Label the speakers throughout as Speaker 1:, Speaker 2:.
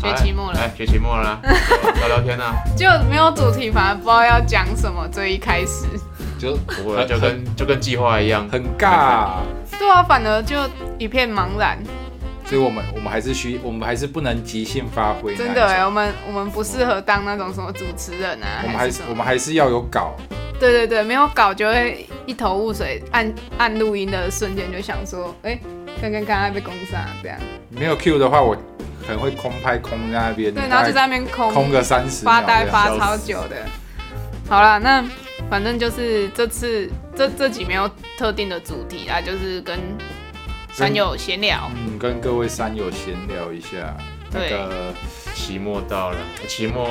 Speaker 1: 学期末了
Speaker 2: 哎，哎学期末了， 聊聊天啊，
Speaker 1: 就没有主题，反而不知道要讲什么。最一开始，
Speaker 3: 就
Speaker 2: 不会就
Speaker 3: 很
Speaker 2: 跟就跟计划一样，
Speaker 3: 很尬，
Speaker 1: 对啊，反而就一片茫然。
Speaker 3: 所以我们我们还是需我们还是不能即兴发挥那一种，
Speaker 1: 真的哎、我们我们不适合当那种什么主持人啊，
Speaker 3: 我们
Speaker 1: 还
Speaker 3: 还
Speaker 1: 是
Speaker 3: 是
Speaker 1: 什
Speaker 3: 我
Speaker 1: 么？
Speaker 3: 们还是要有稿，
Speaker 1: 对对对，没有搞就会一头雾水，按按录音的瞬间就想说，哎、刚刚刚刚被攻杀这样，
Speaker 3: 没有 Q 的话，我可能会空拍空在那边，
Speaker 1: 对，然后就在那边
Speaker 3: 大概
Speaker 1: 空
Speaker 3: 嗯空个三十秒
Speaker 1: 发
Speaker 3: 这
Speaker 1: 呆
Speaker 3: 样，
Speaker 1: 发超久的。好啦，那反正就是这次这这集没有特定的主题啦，就是跟山友闲聊。
Speaker 3: 嗯，跟各位山友闲聊一下，那
Speaker 1: 对
Speaker 3: 个
Speaker 2: 期末到了，期末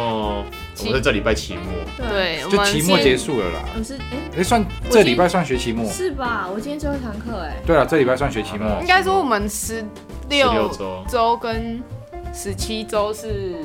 Speaker 2: 我
Speaker 1: 期
Speaker 2: 们是这礼拜期末，
Speaker 1: 对，我
Speaker 3: 就
Speaker 1: 们
Speaker 3: 期末
Speaker 1: 是
Speaker 3: 结束了啦，
Speaker 4: 我啊是哎、
Speaker 3: 哎，算这礼拜算学期末，
Speaker 4: 是吧？我今天最后一堂课哎、
Speaker 3: 对了，啊这礼拜算学期
Speaker 2: 好
Speaker 3: 末
Speaker 1: 应，该说我们十
Speaker 2: 六
Speaker 1: 六
Speaker 2: 周
Speaker 1: 周跟十七周是，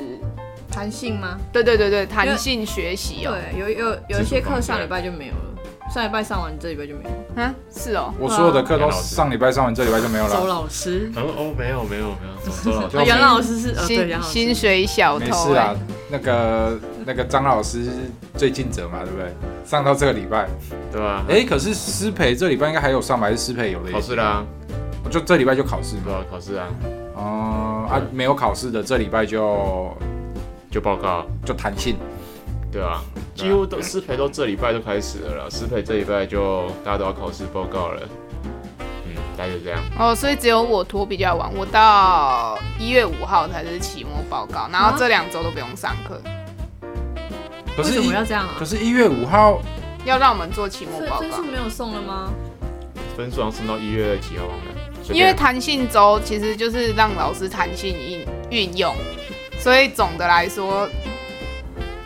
Speaker 4: 弹性吗？
Speaker 1: 对对对对，弹性学习哦、
Speaker 4: 对，有有有一些课上礼拜就没有了，上礼拜上完，这礼拜就没有了。
Speaker 1: 嗯、是哦、
Speaker 3: 我所有的课都上礼拜上完，这礼拜就没有
Speaker 4: 周
Speaker 3: 了，
Speaker 4: 老师，
Speaker 2: 然后哦没有没有没 有，周老师
Speaker 3: 就
Speaker 4: 啊杨老师是呃对
Speaker 1: 薪
Speaker 4: 杨老
Speaker 1: 薪
Speaker 4: 师，
Speaker 1: 水小
Speaker 3: 没
Speaker 1: 偷、
Speaker 3: 事
Speaker 1: 欸
Speaker 3: 啊，，那个那个张老师最尽责嘛，对不对？上到这个礼拜，
Speaker 2: 对吧？
Speaker 3: 哎，可是师培这礼拜应该还有上吧？还是师培有的也
Speaker 2: 考试，啦，
Speaker 3: 就这礼拜就考试
Speaker 2: 对
Speaker 3: 吧。
Speaker 2: 吧？考试啊，
Speaker 3: 哦、啊，没有考试的这礼拜就
Speaker 2: 就报告，啊
Speaker 3: 就弹性，
Speaker 2: 对啊，几乎都师培都这礼拜就开始了啦，师培这礼拜就大家都要考试报告了，嗯，大概就这样。
Speaker 1: 哦，所以只有我拖比较晚，我到一月五号才是期末报告，然后这两周都不用上课，
Speaker 3: 可
Speaker 4: 为
Speaker 3: 是
Speaker 4: 什
Speaker 3: 一
Speaker 4: 么要这样啊
Speaker 3: 可？是一月五号
Speaker 1: 要让我们做期末
Speaker 4: 分
Speaker 1: 报
Speaker 4: 分
Speaker 1: 告
Speaker 4: 数。没有送了吗？
Speaker 2: 分数好像升到一月几号忘了，随
Speaker 1: 因为
Speaker 2: 便
Speaker 1: 弹性周其实就是让老师弹性运运用，所以总的来说，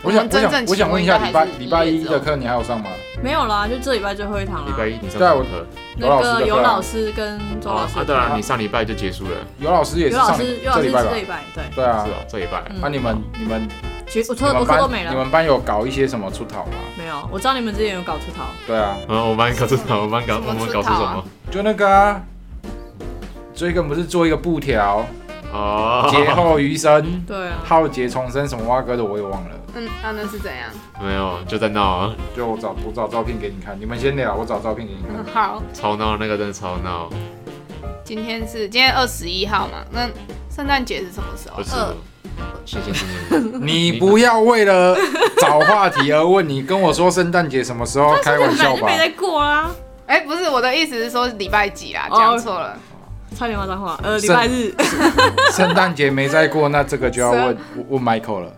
Speaker 3: 我
Speaker 1: 我们
Speaker 3: 想我
Speaker 1: 真
Speaker 3: 想
Speaker 1: 正
Speaker 3: 我想问一
Speaker 1: 期末
Speaker 3: 下
Speaker 1: 应该还
Speaker 3: 礼拜
Speaker 1: 是
Speaker 3: 礼拜一
Speaker 1: 一月
Speaker 3: 的
Speaker 1: 中
Speaker 3: 课你还有上吗？
Speaker 4: 没有啦，就这礼拜最后一堂
Speaker 2: 礼拜
Speaker 4: 啦。
Speaker 2: 一你上
Speaker 3: 对啊
Speaker 2: 什
Speaker 3: 我
Speaker 2: 么课？
Speaker 4: 那个有老师跟周老师
Speaker 2: 啊，，对啊，你上礼拜就结束了，
Speaker 3: 有老师也
Speaker 4: 有
Speaker 3: 是
Speaker 4: 老
Speaker 3: 上
Speaker 4: 师
Speaker 3: 这
Speaker 4: 有老师
Speaker 3: 礼
Speaker 4: 是
Speaker 3: 拜吧
Speaker 4: 这？礼拜对，
Speaker 3: 对啊
Speaker 2: 是，哦，这礼拜
Speaker 4: 嗯
Speaker 3: 那、你们你们
Speaker 4: 其实我
Speaker 3: 你
Speaker 4: 课我
Speaker 3: 们
Speaker 4: 课都
Speaker 3: 班
Speaker 4: 没
Speaker 3: 你
Speaker 4: 了，
Speaker 3: 们班有搞一些什么出逃吗？
Speaker 4: 没有。我知道你们之前有搞出逃，
Speaker 3: 对啊，
Speaker 2: 啊，我们搞出什么？我们搞
Speaker 1: 什么
Speaker 2: 我们搞出
Speaker 1: 出逃
Speaker 2: 什
Speaker 1: 啊
Speaker 3: 就那个啊，追根不是做一个布条，
Speaker 2: 么？哦，
Speaker 3: 劫后余生，
Speaker 4: 对啊，
Speaker 3: 浩劫重生什么蛙哥的我也忘了，
Speaker 1: 嗯，啊、那是怎样？
Speaker 2: 没有，就在闹啊，
Speaker 3: 就我找我找照片给你看，你们先聊，我找照片给你看
Speaker 1: 嗯，。好，
Speaker 2: 超闹，那个真的超闹，
Speaker 1: 今天是今天二十一号嘛，那圣诞节是什么时候啊
Speaker 2: 不？是
Speaker 1: 二，
Speaker 2: 谢谢你们，
Speaker 3: 你不要为了找话题而问，你跟我说圣诞节什么时候开玩笑
Speaker 4: 就
Speaker 3: 吧
Speaker 4: 没？在过啊啦，
Speaker 1: 哎、不是我的意思是说礼拜几啦，
Speaker 4: 哦
Speaker 1: 讲错了。
Speaker 4: 差点骂脏话。呃，
Speaker 3: 是
Speaker 4: 礼拜日，
Speaker 3: 圣诞节没在过，那这个就要
Speaker 1: 啊
Speaker 3: 问问 Michael 了。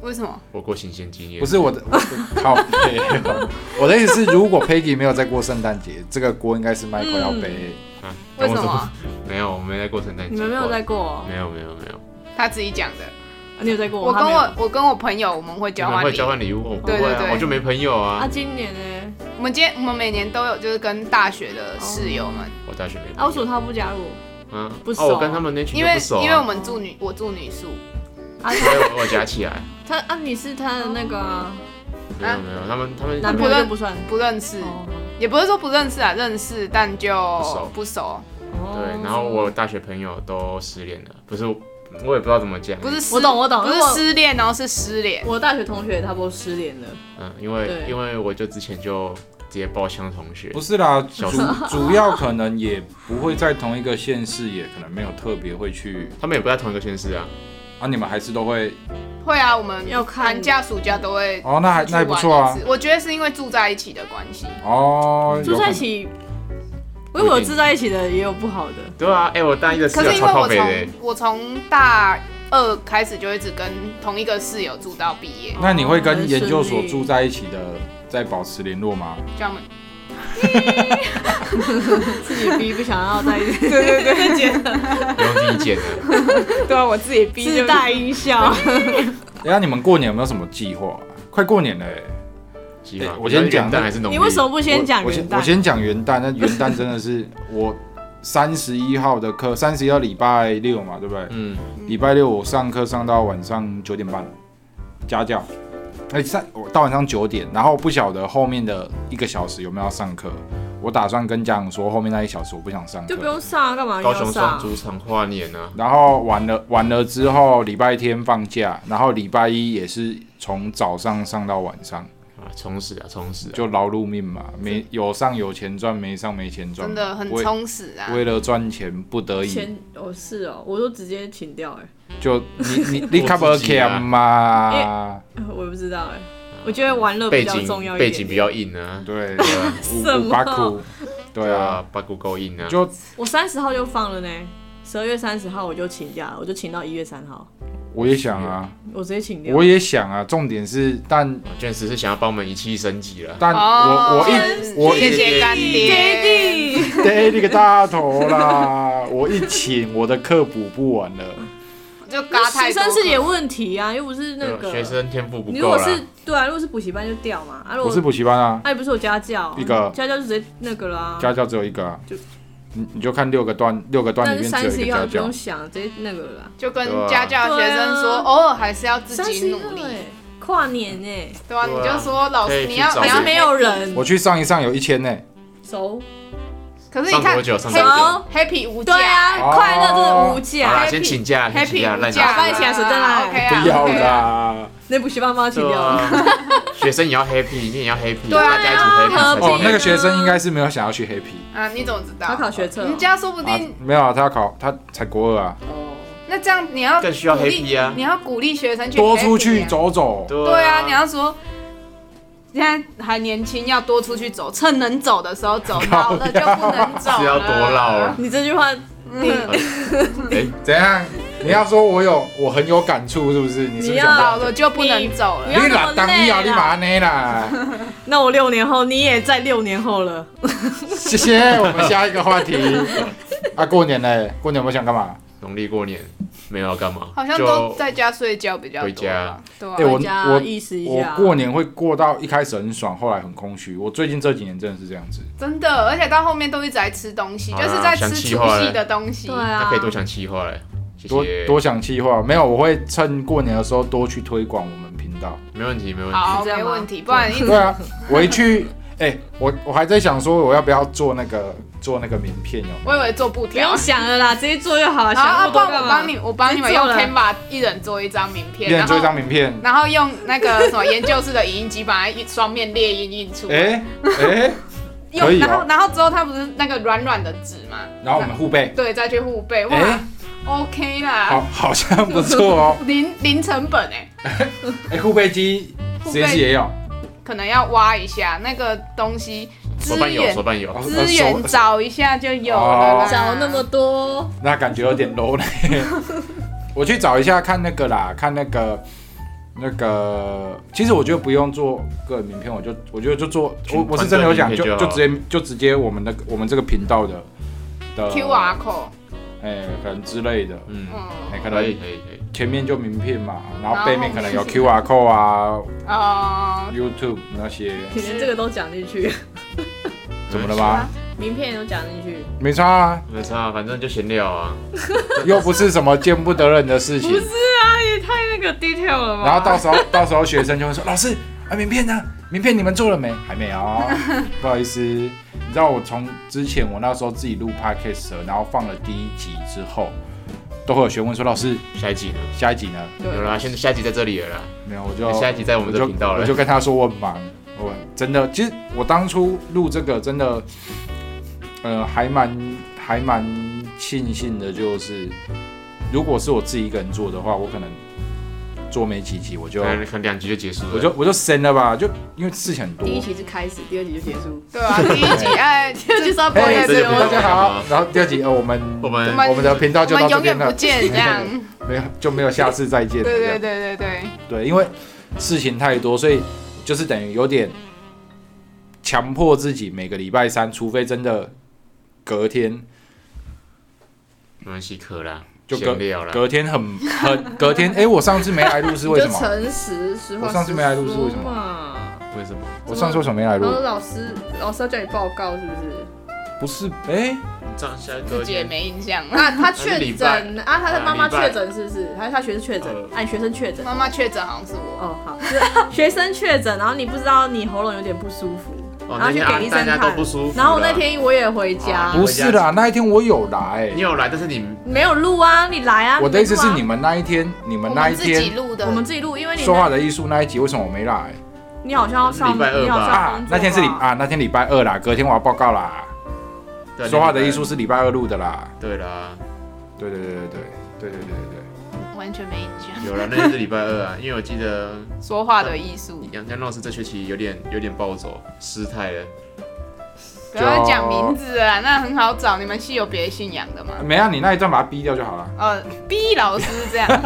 Speaker 1: 为什么？
Speaker 2: 我过新鲜经验，
Speaker 3: 不是 我的，我的靠背哦，我的意思是，如果 Peggy 没有在过圣诞节，这个锅应该是 Michael 要背。
Speaker 2: 啊，
Speaker 1: 为
Speaker 2: 跟
Speaker 1: 什
Speaker 2: 我
Speaker 1: 么？
Speaker 2: 没有，我没在过圣诞节，
Speaker 4: 你们没有在，过，哦
Speaker 2: 没有没有没有，
Speaker 1: 他自己讲的。
Speaker 4: 啊你有在过？
Speaker 1: 我跟
Speaker 4: 还没有
Speaker 1: 我我跟我朋友，我们会
Speaker 2: 你
Speaker 1: 交
Speaker 2: 们
Speaker 1: 换
Speaker 2: 会
Speaker 1: 礼
Speaker 2: 交
Speaker 1: 物。
Speaker 2: 换礼物？我不
Speaker 1: 对对
Speaker 2: 会啊，
Speaker 1: 对
Speaker 2: 我就没朋友
Speaker 4: 啊，
Speaker 2: 啊，
Speaker 4: 今年呢？
Speaker 1: 我们今天我们每年都有，就是跟大学的室友们，
Speaker 2: 我大学没朋友，
Speaker 4: 啊，为什么他不加入？
Speaker 2: 嗯，
Speaker 4: 不熟
Speaker 2: 哦，我跟他们那群
Speaker 1: 因
Speaker 2: 就
Speaker 1: 为
Speaker 2: 不熟啊，
Speaker 1: 因为我们住女我住女宿，
Speaker 4: 啊，
Speaker 2: 所以我我加起来，
Speaker 4: 他啊，你是他的那个啊
Speaker 2: 没有没有，他们他们
Speaker 4: 哦男
Speaker 2: 他
Speaker 4: 朋
Speaker 2: 们
Speaker 4: 友就不算。
Speaker 1: 不认识，
Speaker 4: 哦，
Speaker 1: 也不是说不认识啊，认识但就
Speaker 2: 熟
Speaker 1: 不熟，
Speaker 2: 对，然后我大学朋友都失恋了，不是我我也不知道怎么讲，
Speaker 1: 不是失
Speaker 4: 我懂我懂
Speaker 1: 不是
Speaker 4: 如果
Speaker 1: 失恋哦，是失联。
Speaker 4: 我大学同学他不多失联了，
Speaker 2: 嗯，因为
Speaker 4: 对
Speaker 2: 因为我就之前就直接爆枪同学
Speaker 3: 不，是啦，主
Speaker 2: 小时
Speaker 3: 主要可能也不会在同一个县市，也可能没有特别会去
Speaker 2: 他们也不在同一个县市啊，
Speaker 3: 啊。你们还是都会
Speaker 1: 会啊，我们
Speaker 4: 要看
Speaker 1: 寒假暑假都会
Speaker 3: 哦，那还
Speaker 1: 出去
Speaker 3: 那还不错啊
Speaker 1: 玩一。次。我觉得是因为住在一起的关系，
Speaker 3: 哦，
Speaker 4: 住
Speaker 3: 有
Speaker 4: 在
Speaker 3: 可
Speaker 4: 一
Speaker 3: 能
Speaker 4: 起，我以为我住在一起的也有不好的，
Speaker 2: 对啊，哎、我大一的室
Speaker 1: 可
Speaker 2: 友
Speaker 1: 是因为
Speaker 2: 超靠
Speaker 1: 我
Speaker 2: 北的、欸
Speaker 1: 从，我从大二开始就一直跟同一个室友住到毕业，
Speaker 3: 那你会跟研究所
Speaker 4: 哦很顺利
Speaker 3: 住在一起的在保持联络吗？
Speaker 1: 这样吗
Speaker 4: 自己逼不想要在一起，对 对对，就觉得
Speaker 2: 欸不用自己剪的，
Speaker 1: 对啊，我自己逼
Speaker 4: 自带音效。
Speaker 3: 哎呀，你们过年有没有什么计划啊？快过年了欸，
Speaker 2: 喜欢
Speaker 3: 哎 我先讲
Speaker 2: 元旦还是农历？
Speaker 4: 你为什么不先讲
Speaker 3: 我我
Speaker 4: 元
Speaker 3: 先我
Speaker 4: 旦？
Speaker 3: 先讲元旦，那元旦真的是我三十一号的课，三十一号礼拜六嘛，对不对？
Speaker 2: 嗯，
Speaker 3: 礼拜六我上课上到晚上九点半，家教。哎、上我到晚上九点，然后不晓得后面的一个小时有没有要上课，我打算跟家长说，后面那一小时我不想上
Speaker 4: 就不
Speaker 3: 课。
Speaker 4: 用上啊，干嘛一
Speaker 2: 高
Speaker 4: 定要
Speaker 2: 雄双？
Speaker 4: 上
Speaker 2: 主场跨年啊，
Speaker 3: 然后完了完了之后，礼拜天放假，然后礼拜一也是从早上上到晚上，
Speaker 2: 啊，充实啊，充实啊，
Speaker 3: 就劳碌命嘛，没有上有钱赚，没上没钱赚
Speaker 1: 真
Speaker 3: 嘛，
Speaker 1: 的很
Speaker 3: 为
Speaker 1: 充实啊。
Speaker 3: 为了赚钱不得已
Speaker 4: 前哦是哦，我都直接请掉哎、
Speaker 3: 就你你你卡不
Speaker 2: 我自己啊
Speaker 3: can 嘛？
Speaker 4: 呃 我也不知道哎、我觉得玩乐比
Speaker 2: 背
Speaker 4: 较重
Speaker 2: 景
Speaker 4: 要一点。
Speaker 2: 嗯背景比较硬啊，
Speaker 3: 对，
Speaker 4: 什
Speaker 3: 五
Speaker 4: 么
Speaker 3: 五八苦，对啊，，
Speaker 2: 八股够硬啊，
Speaker 3: 就
Speaker 4: 我三十号就放了呢，十二月三十号我就请假了，我就请到一月三号，
Speaker 3: 我也想啊，
Speaker 4: 我直接请掉。
Speaker 3: 我也想啊，重点是，但
Speaker 2: 卷石是想要帮我们一气升级了，
Speaker 3: 但我我
Speaker 1: 真
Speaker 3: 一我
Speaker 1: 哦谢
Speaker 3: 一
Speaker 1: 谢干爹，
Speaker 4: 爹，
Speaker 3: 逮你个大头啦，我一请我的课补不完了，
Speaker 1: 就嘎太
Speaker 4: 学
Speaker 1: 多
Speaker 4: 生是
Speaker 1: 了
Speaker 4: 点问题啊，又不是那
Speaker 2: 对
Speaker 4: 个
Speaker 2: 吧学。生天赋不
Speaker 4: 你如
Speaker 2: 够
Speaker 4: 果
Speaker 2: 啦，
Speaker 4: 是对啊，如果是补习班就掉嘛，啊如
Speaker 3: 我
Speaker 4: 果
Speaker 3: 是补习班啊，
Speaker 4: 啊也不是我家教，
Speaker 3: 一个
Speaker 4: 家教就直接那个啦。
Speaker 3: 家教只有一个啊
Speaker 4: 就，
Speaker 3: 你你就看六个段六个段
Speaker 4: 但
Speaker 3: 里面
Speaker 4: 是三
Speaker 3: 只
Speaker 4: 十
Speaker 3: 有一
Speaker 4: 一
Speaker 3: 个
Speaker 4: 号
Speaker 3: 家
Speaker 4: 不
Speaker 3: 教
Speaker 4: 用，想，直接那个了啦。
Speaker 1: 就跟
Speaker 2: 对啊
Speaker 1: 家教学生说，
Speaker 4: 对啊
Speaker 1: 偶尔还是要自
Speaker 4: 三
Speaker 1: 己
Speaker 4: 十一
Speaker 1: 努
Speaker 4: 号
Speaker 1: 力，
Speaker 4: 哎，跨年哎，
Speaker 1: 对啊，
Speaker 2: 对
Speaker 1: 你
Speaker 2: 啊
Speaker 1: 就说老
Speaker 2: 可
Speaker 1: 师
Speaker 2: 以去
Speaker 1: 你要
Speaker 2: 找
Speaker 1: 你
Speaker 4: 还
Speaker 1: 要
Speaker 4: 是没有，人
Speaker 3: 我去上一上有一千呢，
Speaker 4: 熟。
Speaker 1: 可是你
Speaker 2: 上
Speaker 1: 看
Speaker 2: 多久？上多久？
Speaker 4: 好，
Speaker 1: Happy 无
Speaker 4: 对
Speaker 1: 价，
Speaker 4: 啊，
Speaker 3: 哦
Speaker 4: 快乐真的无
Speaker 2: 好啦，
Speaker 4: 价。
Speaker 2: 先请假，先请
Speaker 1: Happy
Speaker 2: 假，
Speaker 1: 无
Speaker 2: 烂
Speaker 1: 价，
Speaker 4: 假
Speaker 2: 死
Speaker 4: 拜请假随便啦
Speaker 1: ，OK 啊，
Speaker 3: 不要
Speaker 1: OK 啊，
Speaker 3: 啦，
Speaker 4: 那补习班帮他请
Speaker 2: 对
Speaker 4: 掉 了。
Speaker 2: 啊，学生也要 happy，你也要 happy，
Speaker 1: 对啊
Speaker 2: 大家一起 happy
Speaker 4: 何必
Speaker 2: 才
Speaker 3: 哦，
Speaker 2: 行
Speaker 3: 那个学生应该是没有想要去黑皮
Speaker 1: 啊，你怎么知道？
Speaker 4: 他考学测哦，
Speaker 1: 人家说不
Speaker 3: 啊
Speaker 1: 定，，
Speaker 3: 没有啊，他要考他才国二啊，
Speaker 4: 哦
Speaker 1: 那这样你要
Speaker 2: 更需要
Speaker 1: 鼓励
Speaker 2: happy 啊
Speaker 1: 你要鼓励学生去
Speaker 3: 多出
Speaker 1: happy
Speaker 3: 去
Speaker 1: 啊。
Speaker 3: 走走，
Speaker 1: 对啊，你要说现在还年轻，要多出去走，趁能走的时候走，老了就不能走了。嗯
Speaker 2: 是要多老了？
Speaker 4: 你这句话，你
Speaker 2: 哎，
Speaker 3: 怎样？你要说我有我很有感触，是不是？你是不是
Speaker 4: 你要
Speaker 3: 想这
Speaker 1: 老
Speaker 3: 样
Speaker 1: 了就不能走了
Speaker 4: 你。
Speaker 3: 你啦，当一啊，你马内啦。
Speaker 4: 那我六年后，你也在六年后了。
Speaker 3: 谢谢，我们下一个话题。啊，过年嘞，过年我们想干嘛？
Speaker 2: 农历过年没有要干嘛？
Speaker 1: 好像都在家睡觉比较多吧。
Speaker 2: 回家
Speaker 1: 对啊
Speaker 3: 哎我
Speaker 4: 回家意识一
Speaker 3: 我
Speaker 4: 下。
Speaker 3: 过年会过到一开始很爽，后来很空虚。我最近这几年真的是这样子，
Speaker 1: 真的，而且到后面都一直在吃东西，
Speaker 2: 好
Speaker 1: 就
Speaker 2: 啦
Speaker 1: 是在吃
Speaker 2: 想气
Speaker 1: 除
Speaker 2: 话
Speaker 1: 夕
Speaker 2: 了
Speaker 1: 的东西
Speaker 4: 对。
Speaker 2: 那
Speaker 4: 啊，
Speaker 2: 可以多想气话嘞，谢
Speaker 3: 多
Speaker 2: 谢，
Speaker 3: 多想气话。没有，我会趁过年的时候多去推广我们频道。
Speaker 2: 没问题，没问题。
Speaker 1: 好，
Speaker 4: 是这样
Speaker 1: 没
Speaker 4: 吗
Speaker 1: 问题，不然一直
Speaker 3: 对啊，我一去， 哎、我我还在想说我要不要做那个做那个名片哦。
Speaker 1: 我以为做布
Speaker 4: 不
Speaker 1: 条
Speaker 4: 用。想了啦，直接做就好了。
Speaker 1: 然后
Speaker 4: 想那
Speaker 1: 啊，
Speaker 4: 么
Speaker 1: 不
Speaker 4: 多
Speaker 1: 然
Speaker 4: 干
Speaker 1: 我
Speaker 4: 嘛
Speaker 1: 帮你，我帮你们
Speaker 4: 直接
Speaker 1: 用
Speaker 4: 做了
Speaker 1: Canva 一人做一张名片，
Speaker 3: 一人
Speaker 1: 然
Speaker 3: 做一
Speaker 1: 后
Speaker 3: 张名片。
Speaker 1: 然后用那个什么研究室的影印机把它双面列印印出来。
Speaker 3: 哎哎、
Speaker 1: 有，
Speaker 3: 可以哦
Speaker 1: 然后然后之后它不是那个软软的纸嘛，
Speaker 3: 然后我们互背，
Speaker 1: 对，再去互背，哇、
Speaker 3: 哎
Speaker 1: o k
Speaker 3: 好
Speaker 1: 啦，
Speaker 3: 好像不 错哦。
Speaker 1: 零零成本哎、
Speaker 3: 哎、互背机实验室也有，
Speaker 1: 可能要挖一下那个东西
Speaker 2: 手
Speaker 1: 资
Speaker 2: 办有，
Speaker 1: 源
Speaker 2: 手办有，
Speaker 3: 哦
Speaker 1: 资源找一下就有了啦
Speaker 3: 哦，
Speaker 4: 找那么多，
Speaker 3: 那感觉有点 low 嘞。 我去找一下看那个啦，看那个那个，其实我觉得不用做个人名片，我就我觉得就做，我我是真的有想
Speaker 2: 团队名片就好
Speaker 3: 就就直接就直接我们的我们这个频道的的
Speaker 1: QR code，
Speaker 3: 哎、可能之类的，
Speaker 2: 嗯，
Speaker 1: 嗯，
Speaker 3: 哎、可
Speaker 2: 可以
Speaker 3: 能
Speaker 2: 可以可以，
Speaker 3: 前面就名片嘛，然
Speaker 1: 然
Speaker 3: 后
Speaker 1: 后
Speaker 3: 背面可能有
Speaker 1: 后面是
Speaker 3: QR code 啊
Speaker 1: 哦、
Speaker 3: ，YouTube 那些，
Speaker 4: 连这个都讲进去，
Speaker 3: 怎么了吗？
Speaker 4: 名片都讲进去，
Speaker 3: 没差啊，
Speaker 2: 哎没差，反正就闲聊啊。
Speaker 3: 又不是什么见不得人的事情。
Speaker 4: 啊，也太那个 detail 了 吧
Speaker 3: 然后到时候到时候学生就会说：“老师啊，名片呢？名片你们做了没？还没有， 不好意思。”你知道我从之前我那时候自己录 podcast，的然后放了第一集之后，都会有学问说：“老师，
Speaker 2: 下一集呢？
Speaker 3: 下一集呢
Speaker 1: 对
Speaker 2: 有啦，现在下一集在这里了啦，？”
Speaker 3: 没有，我就
Speaker 2: 哎下一集在我
Speaker 3: 我
Speaker 2: 们
Speaker 3: 就
Speaker 2: 的频道
Speaker 3: 我
Speaker 2: 了
Speaker 3: 就。跟他说我很忙，我真的，其实我当初录这个真的，呃，还蛮还蛮庆幸的，就是如果是我自己一个人做的话，我可能做没几集我就
Speaker 2: 可能可能哎两集就结束了。
Speaker 3: 我就我就删了吧，就因为事情很多
Speaker 4: 第。一期是开始，第二期就结 束，
Speaker 1: 对啊，第 一集哎，
Speaker 4: 第二集是要播
Speaker 3: 哎
Speaker 2: 这
Speaker 4: 一次
Speaker 2: 就不
Speaker 3: 大
Speaker 2: 用
Speaker 4: 哦。
Speaker 3: 家好，然后第二集呃，我们
Speaker 2: 我们
Speaker 1: 我们
Speaker 3: 我们的频道
Speaker 1: 我
Speaker 3: 就到
Speaker 1: 们
Speaker 3: 这
Speaker 1: 永远
Speaker 3: 边
Speaker 1: 不
Speaker 3: 了，
Speaker 1: 见这样，
Speaker 3: 没有就没有下次再见。
Speaker 1: 对对
Speaker 3: 这样
Speaker 1: 对对对，
Speaker 3: 对，因为事情太多，所以就是等于有点强迫自己每个礼拜三，除非真的隔天
Speaker 2: 没关系，可啦，
Speaker 3: 就
Speaker 2: 闲
Speaker 3: 隔
Speaker 2: 聊啦。
Speaker 3: 隔天很很隔天，哎，我上次没来录是
Speaker 4: 你
Speaker 3: 为
Speaker 4: 就
Speaker 3: 什么？
Speaker 4: 诚实实话
Speaker 3: 我上次没来录是为什么
Speaker 4: 实说嘛
Speaker 2: 为什么？
Speaker 3: 我上次为什么没来
Speaker 4: 然
Speaker 3: 录
Speaker 4: 后？
Speaker 1: 嗯
Speaker 4: 老师老师要叫你报告是不是？
Speaker 3: 不是，哎，
Speaker 2: 这样下一
Speaker 1: 自
Speaker 2: 个
Speaker 1: 己也没印象了。
Speaker 4: 啊，他
Speaker 2: 那
Speaker 4: 确
Speaker 2: 是礼
Speaker 4: 诊
Speaker 2: 拜
Speaker 4: 啊，他的妈妈
Speaker 2: 啊礼拜
Speaker 4: 确诊是不是？还是他学生确诊
Speaker 2: 呃？
Speaker 4: 哎，你学生确诊。
Speaker 1: 妈妈确诊好像是我，
Speaker 4: 哦，好，是学生确诊，然后你不知道你喉咙有点不舒服，
Speaker 2: 哦，
Speaker 4: 然后
Speaker 2: 那
Speaker 4: 去
Speaker 2: 天
Speaker 4: 给医
Speaker 2: 啊大
Speaker 4: 生
Speaker 2: 家都
Speaker 4: 看
Speaker 2: 不舒服。
Speaker 4: 然后我那，天我也回家
Speaker 2: 啊，
Speaker 3: 不是啦，那一天我有来。
Speaker 2: 你有来，但是你
Speaker 4: 没有录啊，你来啊。
Speaker 3: 我的意思
Speaker 4: 没
Speaker 3: 是
Speaker 4: 录啊啊
Speaker 3: 你，们那一天，你们
Speaker 1: 我
Speaker 3: 那
Speaker 1: 们
Speaker 3: 一
Speaker 1: 自己
Speaker 3: 天
Speaker 1: 录的，
Speaker 4: 我们自己录，因为你
Speaker 3: 说话的艺术那一集为什么我没来
Speaker 4: 你好像要上，
Speaker 2: 礼拜二吧
Speaker 4: 你好像要
Speaker 3: 啊
Speaker 4: 工？作
Speaker 3: 那天是礼
Speaker 4: 吧
Speaker 3: 啊，那天礼拜二啦，隔天我要报告啦。
Speaker 2: 对
Speaker 3: 说话的
Speaker 2: 你
Speaker 3: 艺术是礼拜二录的啦。
Speaker 2: 对啦，
Speaker 3: 对对对对对对对对对
Speaker 1: 完全没印象。
Speaker 2: 有了，那天是礼拜二啊，因为我记得
Speaker 1: 说话的艺术，
Speaker 2: 杨杨老师这学期有点有点暴走，失态了。
Speaker 1: 不要讲名字啊，那很好找。你们系有别的信仰的吗
Speaker 3: 对，？没啊，你那一段把它逼掉就好了。
Speaker 1: 呃，B 老师这样，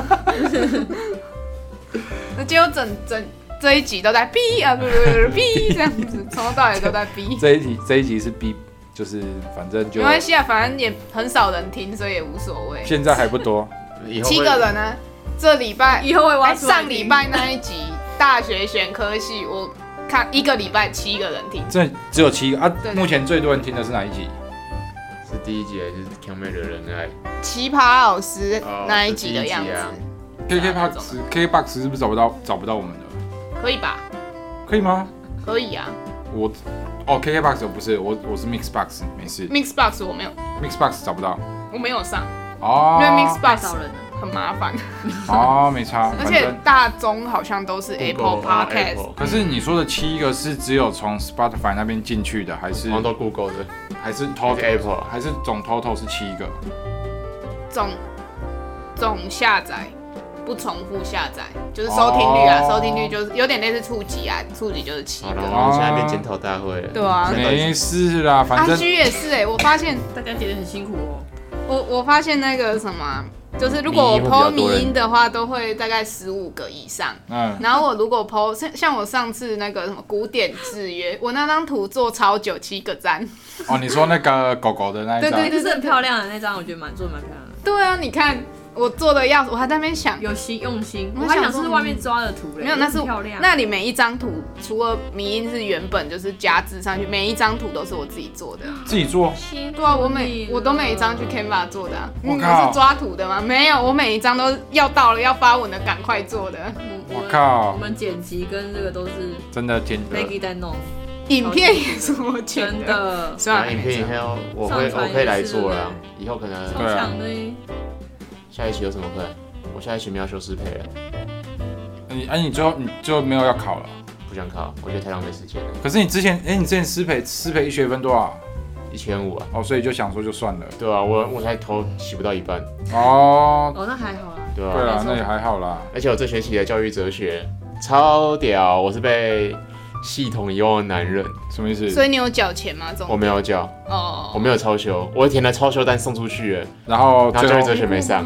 Speaker 1: 那结果整整这一集都在 B 啊，不不不 B 这样子，从头到尾都在 B。
Speaker 3: 这一集这一集是逼，就是反正就
Speaker 1: 没关系啊，反正也很少人听，所以也无所谓。
Speaker 3: 现在还不多。
Speaker 2: 以后会
Speaker 1: 七个人呢、啊这礼拜
Speaker 4: 以后会挖
Speaker 1: 哎，
Speaker 4: 出来
Speaker 1: 上礼拜那一集大学选科系，我看一个礼拜七个人听，
Speaker 3: 这只有七个啊
Speaker 1: 对！对
Speaker 3: 目前最多人听的是哪一集？
Speaker 2: 是第一集还是《强妹的仁爱》？
Speaker 1: 奇葩老师
Speaker 2: 哦
Speaker 1: 那一集的样
Speaker 2: 是第一集啊
Speaker 1: 子，
Speaker 3: KKBox KKBox 是不是找不到找不到我们的？
Speaker 2: 啊
Speaker 1: 可以吧？
Speaker 3: 可以吗？
Speaker 1: 可以啊
Speaker 3: 我哦，KKBox 我不是我我是 Mixbox 没事
Speaker 1: ，Mixbox 我没有，
Speaker 3: ，Mixbox 找不到我
Speaker 1: 我没有上，因为
Speaker 3: 哦
Speaker 1: Mixbox
Speaker 4: 少人了
Speaker 1: 很麻烦，
Speaker 3: 哦没差，
Speaker 1: 而
Speaker 3: 反
Speaker 1: 且
Speaker 3: 正
Speaker 1: 大中好像都是 Apple
Speaker 2: Google 啊
Speaker 1: Podcast，
Speaker 2: Apple
Speaker 3: 可是你说的七个是只有从 Spotify 那边进去的，还是
Speaker 2: 好哦像都 Google 的，
Speaker 3: 还是
Speaker 2: 包
Speaker 3: total
Speaker 2: Apple 啊。
Speaker 3: 还是总 total 是七个？
Speaker 1: 总总下载。不重复下载就是收听率啊
Speaker 3: 哦
Speaker 1: 收听率就是有点类似触及啊，触及就是七
Speaker 2: 好
Speaker 1: 个啊
Speaker 2: 了，。我们现在变检讨大会了。
Speaker 1: 对啊
Speaker 2: 现在到底
Speaker 3: 没事啦，反
Speaker 1: 阿
Speaker 3: 正
Speaker 1: 居也是哎、我发现
Speaker 4: 大家觉得很辛苦哦。
Speaker 1: 我我发现那个什么啊，就是如果我
Speaker 2: 迷因会比较
Speaker 1: PO 迷
Speaker 2: 多人
Speaker 1: 音的话，都会大概十五个以上。
Speaker 3: 嗯，
Speaker 1: 然后我如果 PO 像像我上次那个什么古典制约，我那张图做超久，七个赞。
Speaker 3: 哦，你说那个狗狗的那一张，
Speaker 1: 对对
Speaker 4: 那就是很漂亮的那张，我觉得蛮做的蛮漂亮的，
Speaker 1: 对啊，你看我做的样子，我还在那边想，
Speaker 4: 有心用心。
Speaker 1: 我
Speaker 4: 我还
Speaker 1: 想
Speaker 4: 想
Speaker 1: 说
Speaker 4: 是外面抓的图嘞，
Speaker 1: 没有，那是
Speaker 4: 很漂亮。
Speaker 1: 那里每一张图，除了迷音是原本就是加字上去，每一张图都是我自己 做的。
Speaker 3: 自己做，
Speaker 1: 对啊，我
Speaker 4: 哦
Speaker 1: 每我都每一张去 Canva 做的、啊。
Speaker 3: 我
Speaker 1: 你
Speaker 3: 靠
Speaker 1: 们是抓图的吗？没有，我每一张都要到了要发文的，赶快做的。
Speaker 4: 我
Speaker 3: 我靠
Speaker 4: 我，们剪辑跟这个都是
Speaker 3: 真的挺
Speaker 2: 啊
Speaker 4: Maggie 在弄，
Speaker 1: 影片也是我剪
Speaker 4: 真
Speaker 1: 的
Speaker 4: 的
Speaker 1: 虽然
Speaker 2: 啊，
Speaker 1: 还
Speaker 2: 影
Speaker 1: 没
Speaker 2: 片以
Speaker 1: 上
Speaker 2: 后我会
Speaker 4: 上传
Speaker 2: 我可以来
Speaker 4: 也是
Speaker 2: 做了啊
Speaker 4: 对，
Speaker 2: 以后可
Speaker 4: 超
Speaker 2: 能
Speaker 3: 对啊
Speaker 4: 强的。
Speaker 2: 下一期有什么课？我下一期没有修师培了，
Speaker 3: 你哎，你最后你最后没有要考了？
Speaker 2: 不想考，我觉得太浪费时间了，
Speaker 3: 可是你之前，哎、你之前师培师培一学分多少？
Speaker 2: 一千五啊。
Speaker 3: 哦，所以就想说就算了。
Speaker 2: 对啊，我我才头洗不到一半，
Speaker 3: 哦，
Speaker 4: 哦，那还好啦。
Speaker 2: 对啊。
Speaker 3: 对啊，那也还好啦。
Speaker 2: 而且我这学期的教育哲学超屌，我是被系统遗忘的男人，
Speaker 3: 什么意思？
Speaker 1: 所以你有缴钱吗？这
Speaker 2: 我
Speaker 1: 种
Speaker 2: 没有教，
Speaker 1: 哦，
Speaker 2: 我没有超修，我填了超修单送出去了，
Speaker 3: 然后
Speaker 2: 然后
Speaker 3: 最
Speaker 2: 教育
Speaker 3: 后
Speaker 2: 哲学没上，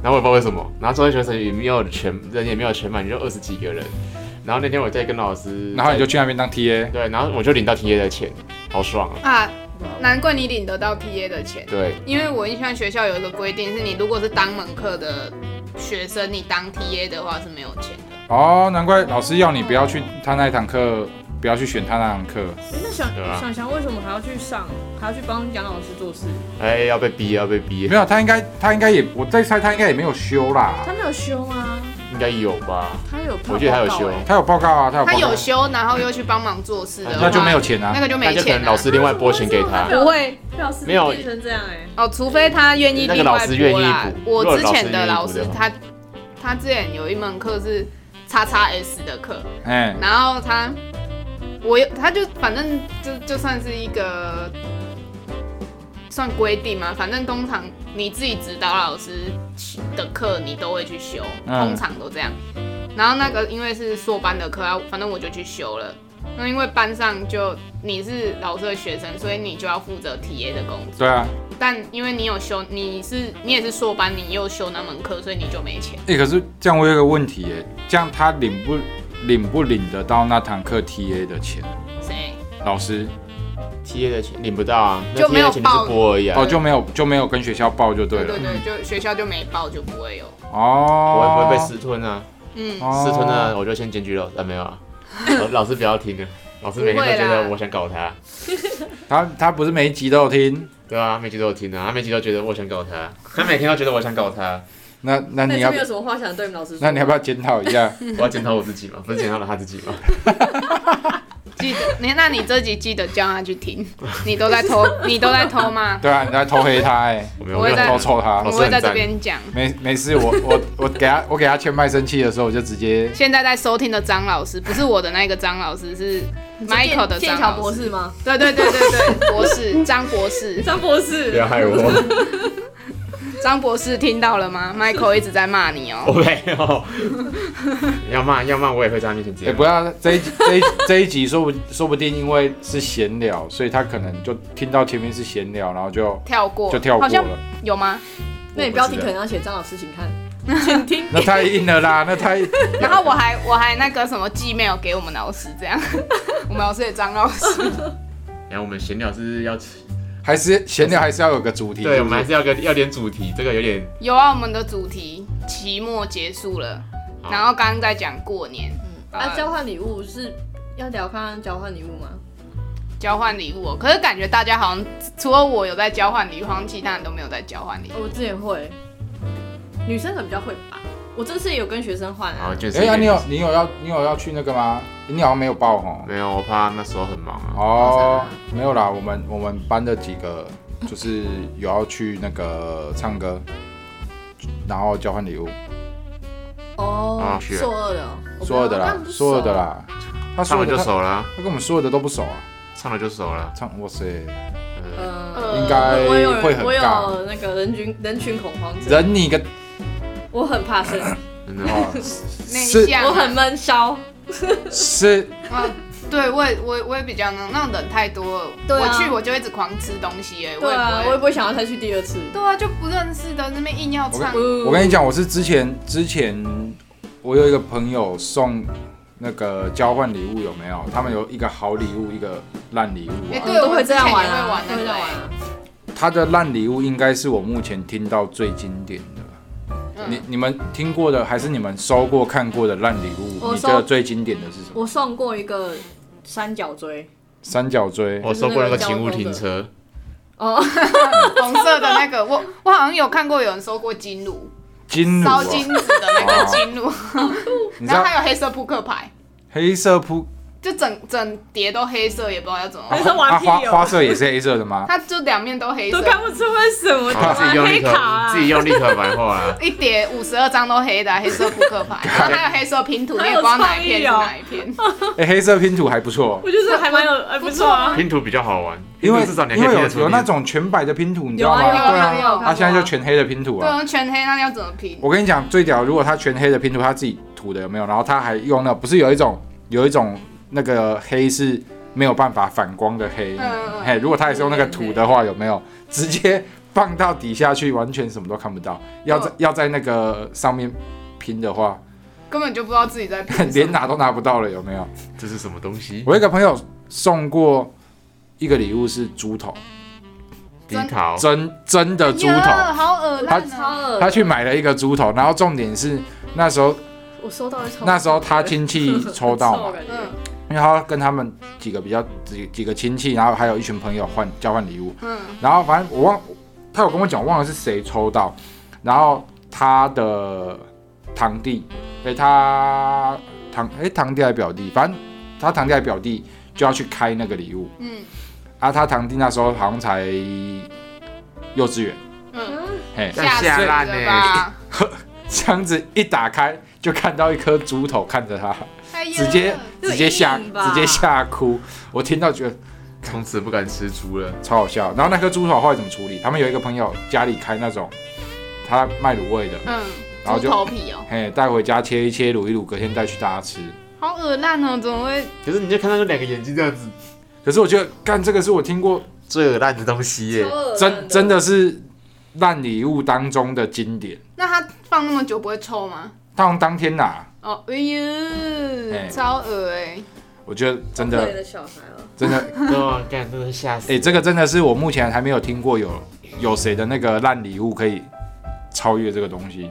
Speaker 2: 然后我也不知道为什么，然后教育哲学也没有全人也没有全满，就二十几个人，然后那天我在跟老师，
Speaker 3: 然后你就去那边当 TA。
Speaker 2: 对，然后我就领到 TA 的钱，好爽啊！
Speaker 1: 啊，难怪你领得到 TA 的钱，
Speaker 2: 对，
Speaker 1: 因为我印象学校有一个规定，是你如果是当门课的学生，你当 TA 的话是没有钱的。
Speaker 3: 哦，难怪老师要你不要去他那一堂课，不要去选他那堂课。
Speaker 4: 那想
Speaker 2: 对啊
Speaker 4: 想想为什么还要去上，还要去帮杨老师做事？
Speaker 2: 哎，要被逼，要被逼
Speaker 3: 没，有，他应该他应该也，我在猜他应该也没有修啦。
Speaker 4: 他没有修吗？
Speaker 2: 应该有吧？
Speaker 4: 他有报告欸，
Speaker 2: 我觉得他有修
Speaker 3: 他有报告啊，他有报
Speaker 1: 他
Speaker 3: 告。
Speaker 1: 有修，然后又去帮忙做事的话，
Speaker 3: 那就没有钱啊
Speaker 1: 那。个就
Speaker 2: 那
Speaker 1: 没
Speaker 2: 就可
Speaker 1: 钱
Speaker 2: 能
Speaker 1: 了。
Speaker 2: 老师另外拨钱给他。
Speaker 1: 不会
Speaker 4: 被老师
Speaker 2: 没有
Speaker 4: 变成这样哎。
Speaker 1: 哦，除非他愿意
Speaker 2: 那个
Speaker 1: 另
Speaker 2: 老
Speaker 1: 外
Speaker 2: 师愿
Speaker 1: 拨
Speaker 2: 意
Speaker 1: 啦。
Speaker 2: 补
Speaker 1: 我
Speaker 2: 如果
Speaker 1: 之
Speaker 2: 老师
Speaker 1: 前的
Speaker 2: 愿意
Speaker 1: 老
Speaker 2: 补
Speaker 1: 师
Speaker 2: 的话
Speaker 1: 他他之前有一门课是叉叉 S 的课，
Speaker 3: 哎、
Speaker 1: 然后他，我有他就反正就就算是一个算规定嘛，反正通常你自己指导老师的课你都会去修，
Speaker 3: 嗯
Speaker 1: 通常都这样。然后那个因为是硕班的课啊，反正我就去修了。那因为班上就你是老师的学生，所以你就要负责 TA 的工作。
Speaker 3: 对啊，
Speaker 1: 但因为你有修，你是你也是硕班，你又修那门课，所以你就没钱。
Speaker 3: 哎、可是这样我有个问题、耶，这样他领不领不领得到那堂课 TA 的钱？
Speaker 1: 谁？
Speaker 3: 老师
Speaker 2: T A 的钱领不到啊，那
Speaker 1: 就
Speaker 2: T
Speaker 1: 没
Speaker 2: A
Speaker 1: 有
Speaker 2: 的钱就是拨而已啊。
Speaker 3: 哦就没有就没有跟学校报就对了。
Speaker 1: 对对，就学校就没报，就不会有。
Speaker 3: 哦，
Speaker 2: 我也不会被私吞啊，
Speaker 1: 嗯，
Speaker 3: 哦
Speaker 2: 私吞呢，我就先检举老啊没有啊，老老师不要听啊，老师每天都觉
Speaker 1: 不会啦
Speaker 2: 得我想搞他，
Speaker 3: 他他不是每一集都有听，
Speaker 2: 对啊，他每集都有听啊，他每集都觉得我想搞他，他每天都觉得我想搞他，
Speaker 3: 那那
Speaker 4: 那
Speaker 3: 你
Speaker 4: 这
Speaker 3: 要
Speaker 4: 边有什么话想对我们老师说？
Speaker 3: 那你要不要检讨一下？
Speaker 2: 我要检讨我自己嘛，不是检讨了他自己嘛。
Speaker 1: 记得你，那你这集记得叫他去听，你都在偷，你都在偷骂，
Speaker 3: 对啊，你在偷黑他哎、
Speaker 2: 我没
Speaker 3: 欸，
Speaker 2: 有
Speaker 1: 我会在
Speaker 3: 偷臭他
Speaker 2: 老
Speaker 1: 我
Speaker 2: 师。
Speaker 1: 会在这边讲。
Speaker 3: 没没事，我 我我给他我给他签卖身契的时候，我就直接
Speaker 1: 现在在收听的张老师，不是我的那个张老师，是 Michael 的
Speaker 4: 剑
Speaker 1: 张
Speaker 4: 桥
Speaker 1: 老
Speaker 4: 博
Speaker 1: 师。
Speaker 4: 士吗？
Speaker 1: 对对对对对，博士张博士，
Speaker 4: 张博
Speaker 2: 不
Speaker 4: 士
Speaker 2: 要，害啊我，
Speaker 1: 张博士听到了吗？Michael 一直在骂你哦、
Speaker 2: 我没有。要骂要骂，我也会在他面前直接
Speaker 3: 也、
Speaker 2: 骂。
Speaker 3: 哎不要这一集这一这一集说不说不定因为是闲聊，所以他可能就听到前面是闲聊，然后就
Speaker 1: 跳过，
Speaker 3: 就跳过
Speaker 1: 好像
Speaker 3: 了。
Speaker 1: 有吗？
Speaker 4: 那
Speaker 2: 我
Speaker 4: 你
Speaker 2: 不
Speaker 4: 标题
Speaker 2: 知道
Speaker 4: 可能要写张老师，请看，请听。
Speaker 3: 那太硬了啦，那太
Speaker 1: 然后我还我还那个什么 Gmail 给我们老师，这样， 我们老师也张老师，
Speaker 2: 然后我们闲聊是要吃，
Speaker 3: 还是闲聊还是要有个主题。
Speaker 2: 对，
Speaker 3: 是
Speaker 2: 我
Speaker 3: 不
Speaker 2: 们还
Speaker 3: 是
Speaker 2: 是要个要点主题，这个有点
Speaker 1: 有啊，我们的主题期末结束了，
Speaker 2: 好
Speaker 1: 然后刚刚在讲过年， 呃
Speaker 4: 啊，交换礼物是要聊看看交换礼物吗？
Speaker 1: 交换礼物哦、可是感觉大家好像除了我有在交换礼物，好像其他人都没有在交换礼物。
Speaker 4: 哦我之前会，女生可能比较会吧。我这次有跟学生换
Speaker 2: 好，
Speaker 4: 啊，
Speaker 2: 就是
Speaker 3: 哎呀、
Speaker 2: 有点
Speaker 3: 你有你有要你有要去那个吗？你好像没有报哦。
Speaker 2: 没有？我怕那时候很忙啊。
Speaker 3: 哦，没有啦，我们我们班的几个就是有要去那个唱歌，然后交换礼物，
Speaker 4: 哦
Speaker 2: 啊，是
Speaker 4: 硕二的哦，我不知道
Speaker 3: 所有的啦
Speaker 4: 但，不熟
Speaker 3: 所有的啦，他
Speaker 2: 唱
Speaker 3: 所有
Speaker 2: 了
Speaker 3: 的
Speaker 2: 就
Speaker 3: 他
Speaker 2: 熟了啊，
Speaker 3: 他跟我们所有的都不熟啊，
Speaker 2: 唱了就熟了。
Speaker 3: 唱哇塞，
Speaker 2: 嗯，
Speaker 4: 呃，
Speaker 1: 呃
Speaker 3: 应该
Speaker 4: 我有
Speaker 3: 会很
Speaker 4: 我
Speaker 3: 尬
Speaker 4: 有那个人群人群恐慌症，
Speaker 3: 忍你个
Speaker 4: 我很怕生，
Speaker 2: 真的
Speaker 3: 哦，
Speaker 1: 内
Speaker 3: 是
Speaker 1: 向啊，
Speaker 4: 我很闷骚。
Speaker 3: 是
Speaker 4: 嗯
Speaker 1: 啊，对我也我也我也比较那种那种人太多了，
Speaker 4: 对啊
Speaker 1: 我去我就一直狂吃东西哎、我
Speaker 4: 对
Speaker 1: 也不
Speaker 4: 啊，我
Speaker 1: 会
Speaker 4: 也不会想要再去第二次。
Speaker 1: 对啊，就不认识的那边硬要唱，
Speaker 4: 我
Speaker 3: 我跟你，讲，我是之前之前我有一个朋友送那个交换礼物有没有？他们有一个好礼物，一个烂礼物
Speaker 1: 哎
Speaker 3: 啊。
Speaker 1: 对
Speaker 4: 都会这样玩
Speaker 1: 我
Speaker 4: 啊，
Speaker 1: 之前
Speaker 4: 都
Speaker 1: 也会
Speaker 4: 会
Speaker 1: 玩
Speaker 4: 这样玩
Speaker 1: 那
Speaker 4: 啊。
Speaker 3: 他的烂礼物应该是我目前听到最经典的。
Speaker 4: 嗯
Speaker 3: 你你们听过的还是你们收过看过的烂礼物？
Speaker 4: 我
Speaker 3: 你
Speaker 4: 收
Speaker 3: 觉得最经典的是什么？
Speaker 4: 我送过一个三角锥，
Speaker 3: 三角锥，
Speaker 2: 我收过那个勤务停车，
Speaker 4: 哦，
Speaker 1: 红色的那个，我 我好像有看过有人收过金炉，
Speaker 3: 金炉
Speaker 1: 烧
Speaker 3: 啊，
Speaker 1: 金子的那个金炉，
Speaker 3: 你知
Speaker 1: 然后
Speaker 3: 道
Speaker 1: 还有黑色扑克牌，
Speaker 3: 黑色铺
Speaker 1: 就整整叠都黑色，也不知道要怎么
Speaker 4: 黑
Speaker 1: 玩，
Speaker 4: 色
Speaker 3: 啊
Speaker 4: 玩屁
Speaker 3: 花
Speaker 4: 哦
Speaker 3: 花色也是黑色的 吗？
Speaker 1: 它就两面都黑
Speaker 4: 都
Speaker 1: 色，
Speaker 4: 看不出为什么，
Speaker 2: 好，自己用
Speaker 4: 黑
Speaker 2: 立
Speaker 4: 卡啊
Speaker 2: 刻，自己用立刻白话啊。
Speaker 1: 一叠五十二张都黑的啊、黑色扑克牌，然后还有黑哦色拼图，你也不知道哪一片是哪一 片。
Speaker 3: 哎，黑色拼图还不错，
Speaker 4: 我就是还蛮有，还不错啊。
Speaker 2: 拼图比较好玩，
Speaker 3: 因为
Speaker 2: 拼图至少你还
Speaker 3: 因
Speaker 2: 可以
Speaker 3: 为
Speaker 2: 听
Speaker 3: 有
Speaker 2: 得出
Speaker 3: 有
Speaker 2: 你
Speaker 3: 那种全白的拼图，你知
Speaker 4: 有
Speaker 3: 道
Speaker 4: 啊
Speaker 1: 哦
Speaker 3: 吗？
Speaker 4: 有啊
Speaker 3: 对
Speaker 4: 有啊
Speaker 3: 啊
Speaker 4: 有，啊
Speaker 3: 他现在就全黑的拼图
Speaker 1: 对
Speaker 3: 啊。
Speaker 1: 啊，全黑那要怎么拼？
Speaker 3: 我跟你讲，最屌，如果他全黑的拼图他自己涂的有没有？然后他还用那不是有一种有一种那个黑是没有办法反光的黑，
Speaker 1: 嗯
Speaker 3: 嘿，如果他也是用那个涂的话，有没有直接放到底下去，完全什么都看不到？要在、
Speaker 1: 嗯
Speaker 3: 要在那个上面拼的话，
Speaker 1: 根本就不知道自己在拼什
Speaker 3: 连
Speaker 1: 么。
Speaker 3: 拿都拿不到了，有没有？
Speaker 2: 这是什么东西？
Speaker 3: 我有一个朋友送过一个礼物是猪头，
Speaker 2: 低桃，
Speaker 3: 真真的猪头。
Speaker 1: 呀好恶烂
Speaker 4: 超
Speaker 1: 啊！
Speaker 4: 恶
Speaker 3: 他去买了一个猪头，然后重点是那时候
Speaker 4: 我收到一抽，
Speaker 3: 那时候他亲戚抽到嘛，
Speaker 1: 嗯
Speaker 3: 因为他跟他们几个比较几几个亲戚，然后还有一群朋友换交换礼物，
Speaker 1: 嗯，
Speaker 3: 然后反正我忘，他有跟我讲，忘了是谁抽到，然后他的堂弟，哎、他堂哎、堂弟还表弟，反正他堂弟还表弟就要去开那个礼物，
Speaker 1: 嗯
Speaker 3: 啊，他堂弟那时候好像才幼稚园，
Speaker 1: 嗯，
Speaker 3: 嘿，
Speaker 2: 那
Speaker 1: 吓死
Speaker 2: 吓烂
Speaker 1: 了吧！
Speaker 3: 箱子一打开就看到一颗猪头看着他，
Speaker 1: 哎呀
Speaker 3: 欸直接
Speaker 4: 这
Speaker 3: 直接吓
Speaker 4: 硬吧
Speaker 3: 直接吓哭，我听到觉得。
Speaker 2: 从此不敢吃猪了。
Speaker 3: 超好笑。然后那颗猪头后来怎么处理？他们有一个朋友家里开那种，他卖卤味的，
Speaker 1: 嗯，
Speaker 3: 然后
Speaker 1: 猪
Speaker 3: 就
Speaker 1: 头皮哦，
Speaker 3: 嘿，带回家切一切，卤一卤，隔天带去大家吃。
Speaker 1: 好恶烂哦，怎么会？
Speaker 2: 可是你就看到那两个眼睛这样子，
Speaker 3: 可是我觉得干这个是我听过
Speaker 2: 最恶烂的东西耶。
Speaker 3: 真真的是烂礼物当中的经典。
Speaker 1: 那他放那么久不会臭吗？
Speaker 3: 他从当天拿，
Speaker 1: 哦，哎呦，
Speaker 3: 哎
Speaker 1: 超恶哎！
Speaker 3: 我觉得真的
Speaker 4: 的小孩啊了，
Speaker 3: 真的，
Speaker 2: 哦，干，真的是吓死
Speaker 3: 哎、这个真的是我目前还没有听过有有谁的那个烂礼物可以超越这个东西。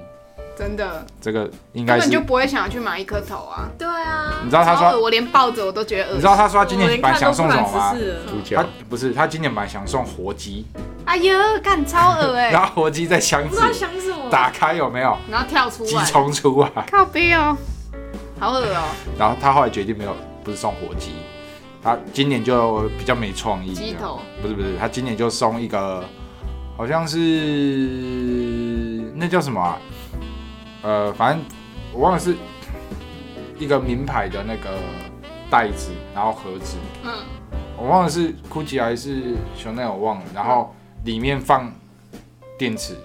Speaker 1: 真的，
Speaker 3: 这个应
Speaker 1: 根
Speaker 3: 该
Speaker 1: 本
Speaker 3: 是，
Speaker 1: 就
Speaker 3: 你
Speaker 1: 不会想要去买一颗头啊！
Speaker 4: 对啊，
Speaker 3: 知道他
Speaker 1: 超恶
Speaker 3: 说，
Speaker 1: 我连抱着我都觉得恶
Speaker 3: 你知
Speaker 1: 心。
Speaker 3: 道他说他今
Speaker 4: 我连
Speaker 3: 年本来
Speaker 4: 看
Speaker 3: 想
Speaker 4: 都不
Speaker 3: 送什
Speaker 4: 敢
Speaker 3: 么吗
Speaker 4: 十？四了
Speaker 2: 猪
Speaker 3: 他
Speaker 2: 脚，
Speaker 3: 不是，他今年本来想送活鸡，
Speaker 1: 哎呦，干超恶哎！
Speaker 3: 然后活鸡在箱
Speaker 4: 不
Speaker 3: 子
Speaker 4: 知道想什么，
Speaker 3: 打开有没有
Speaker 1: 然后跳出
Speaker 3: 鸡
Speaker 1: 来，
Speaker 3: 冲出来？
Speaker 1: 靠背哦，好恶哦！
Speaker 3: 然后他后来决定没有，不是送活鸡，他今年就比较没创意。
Speaker 1: 鸡头，
Speaker 3: 不是不是，他今年就送一个，好像是那叫什么、啊？呃，反正我忘了是一个名牌的那个袋子，然后盒子，
Speaker 1: 嗯，
Speaker 3: 我忘了是 GUCCI 还是 Chanel，我忘了。然后里面放电池，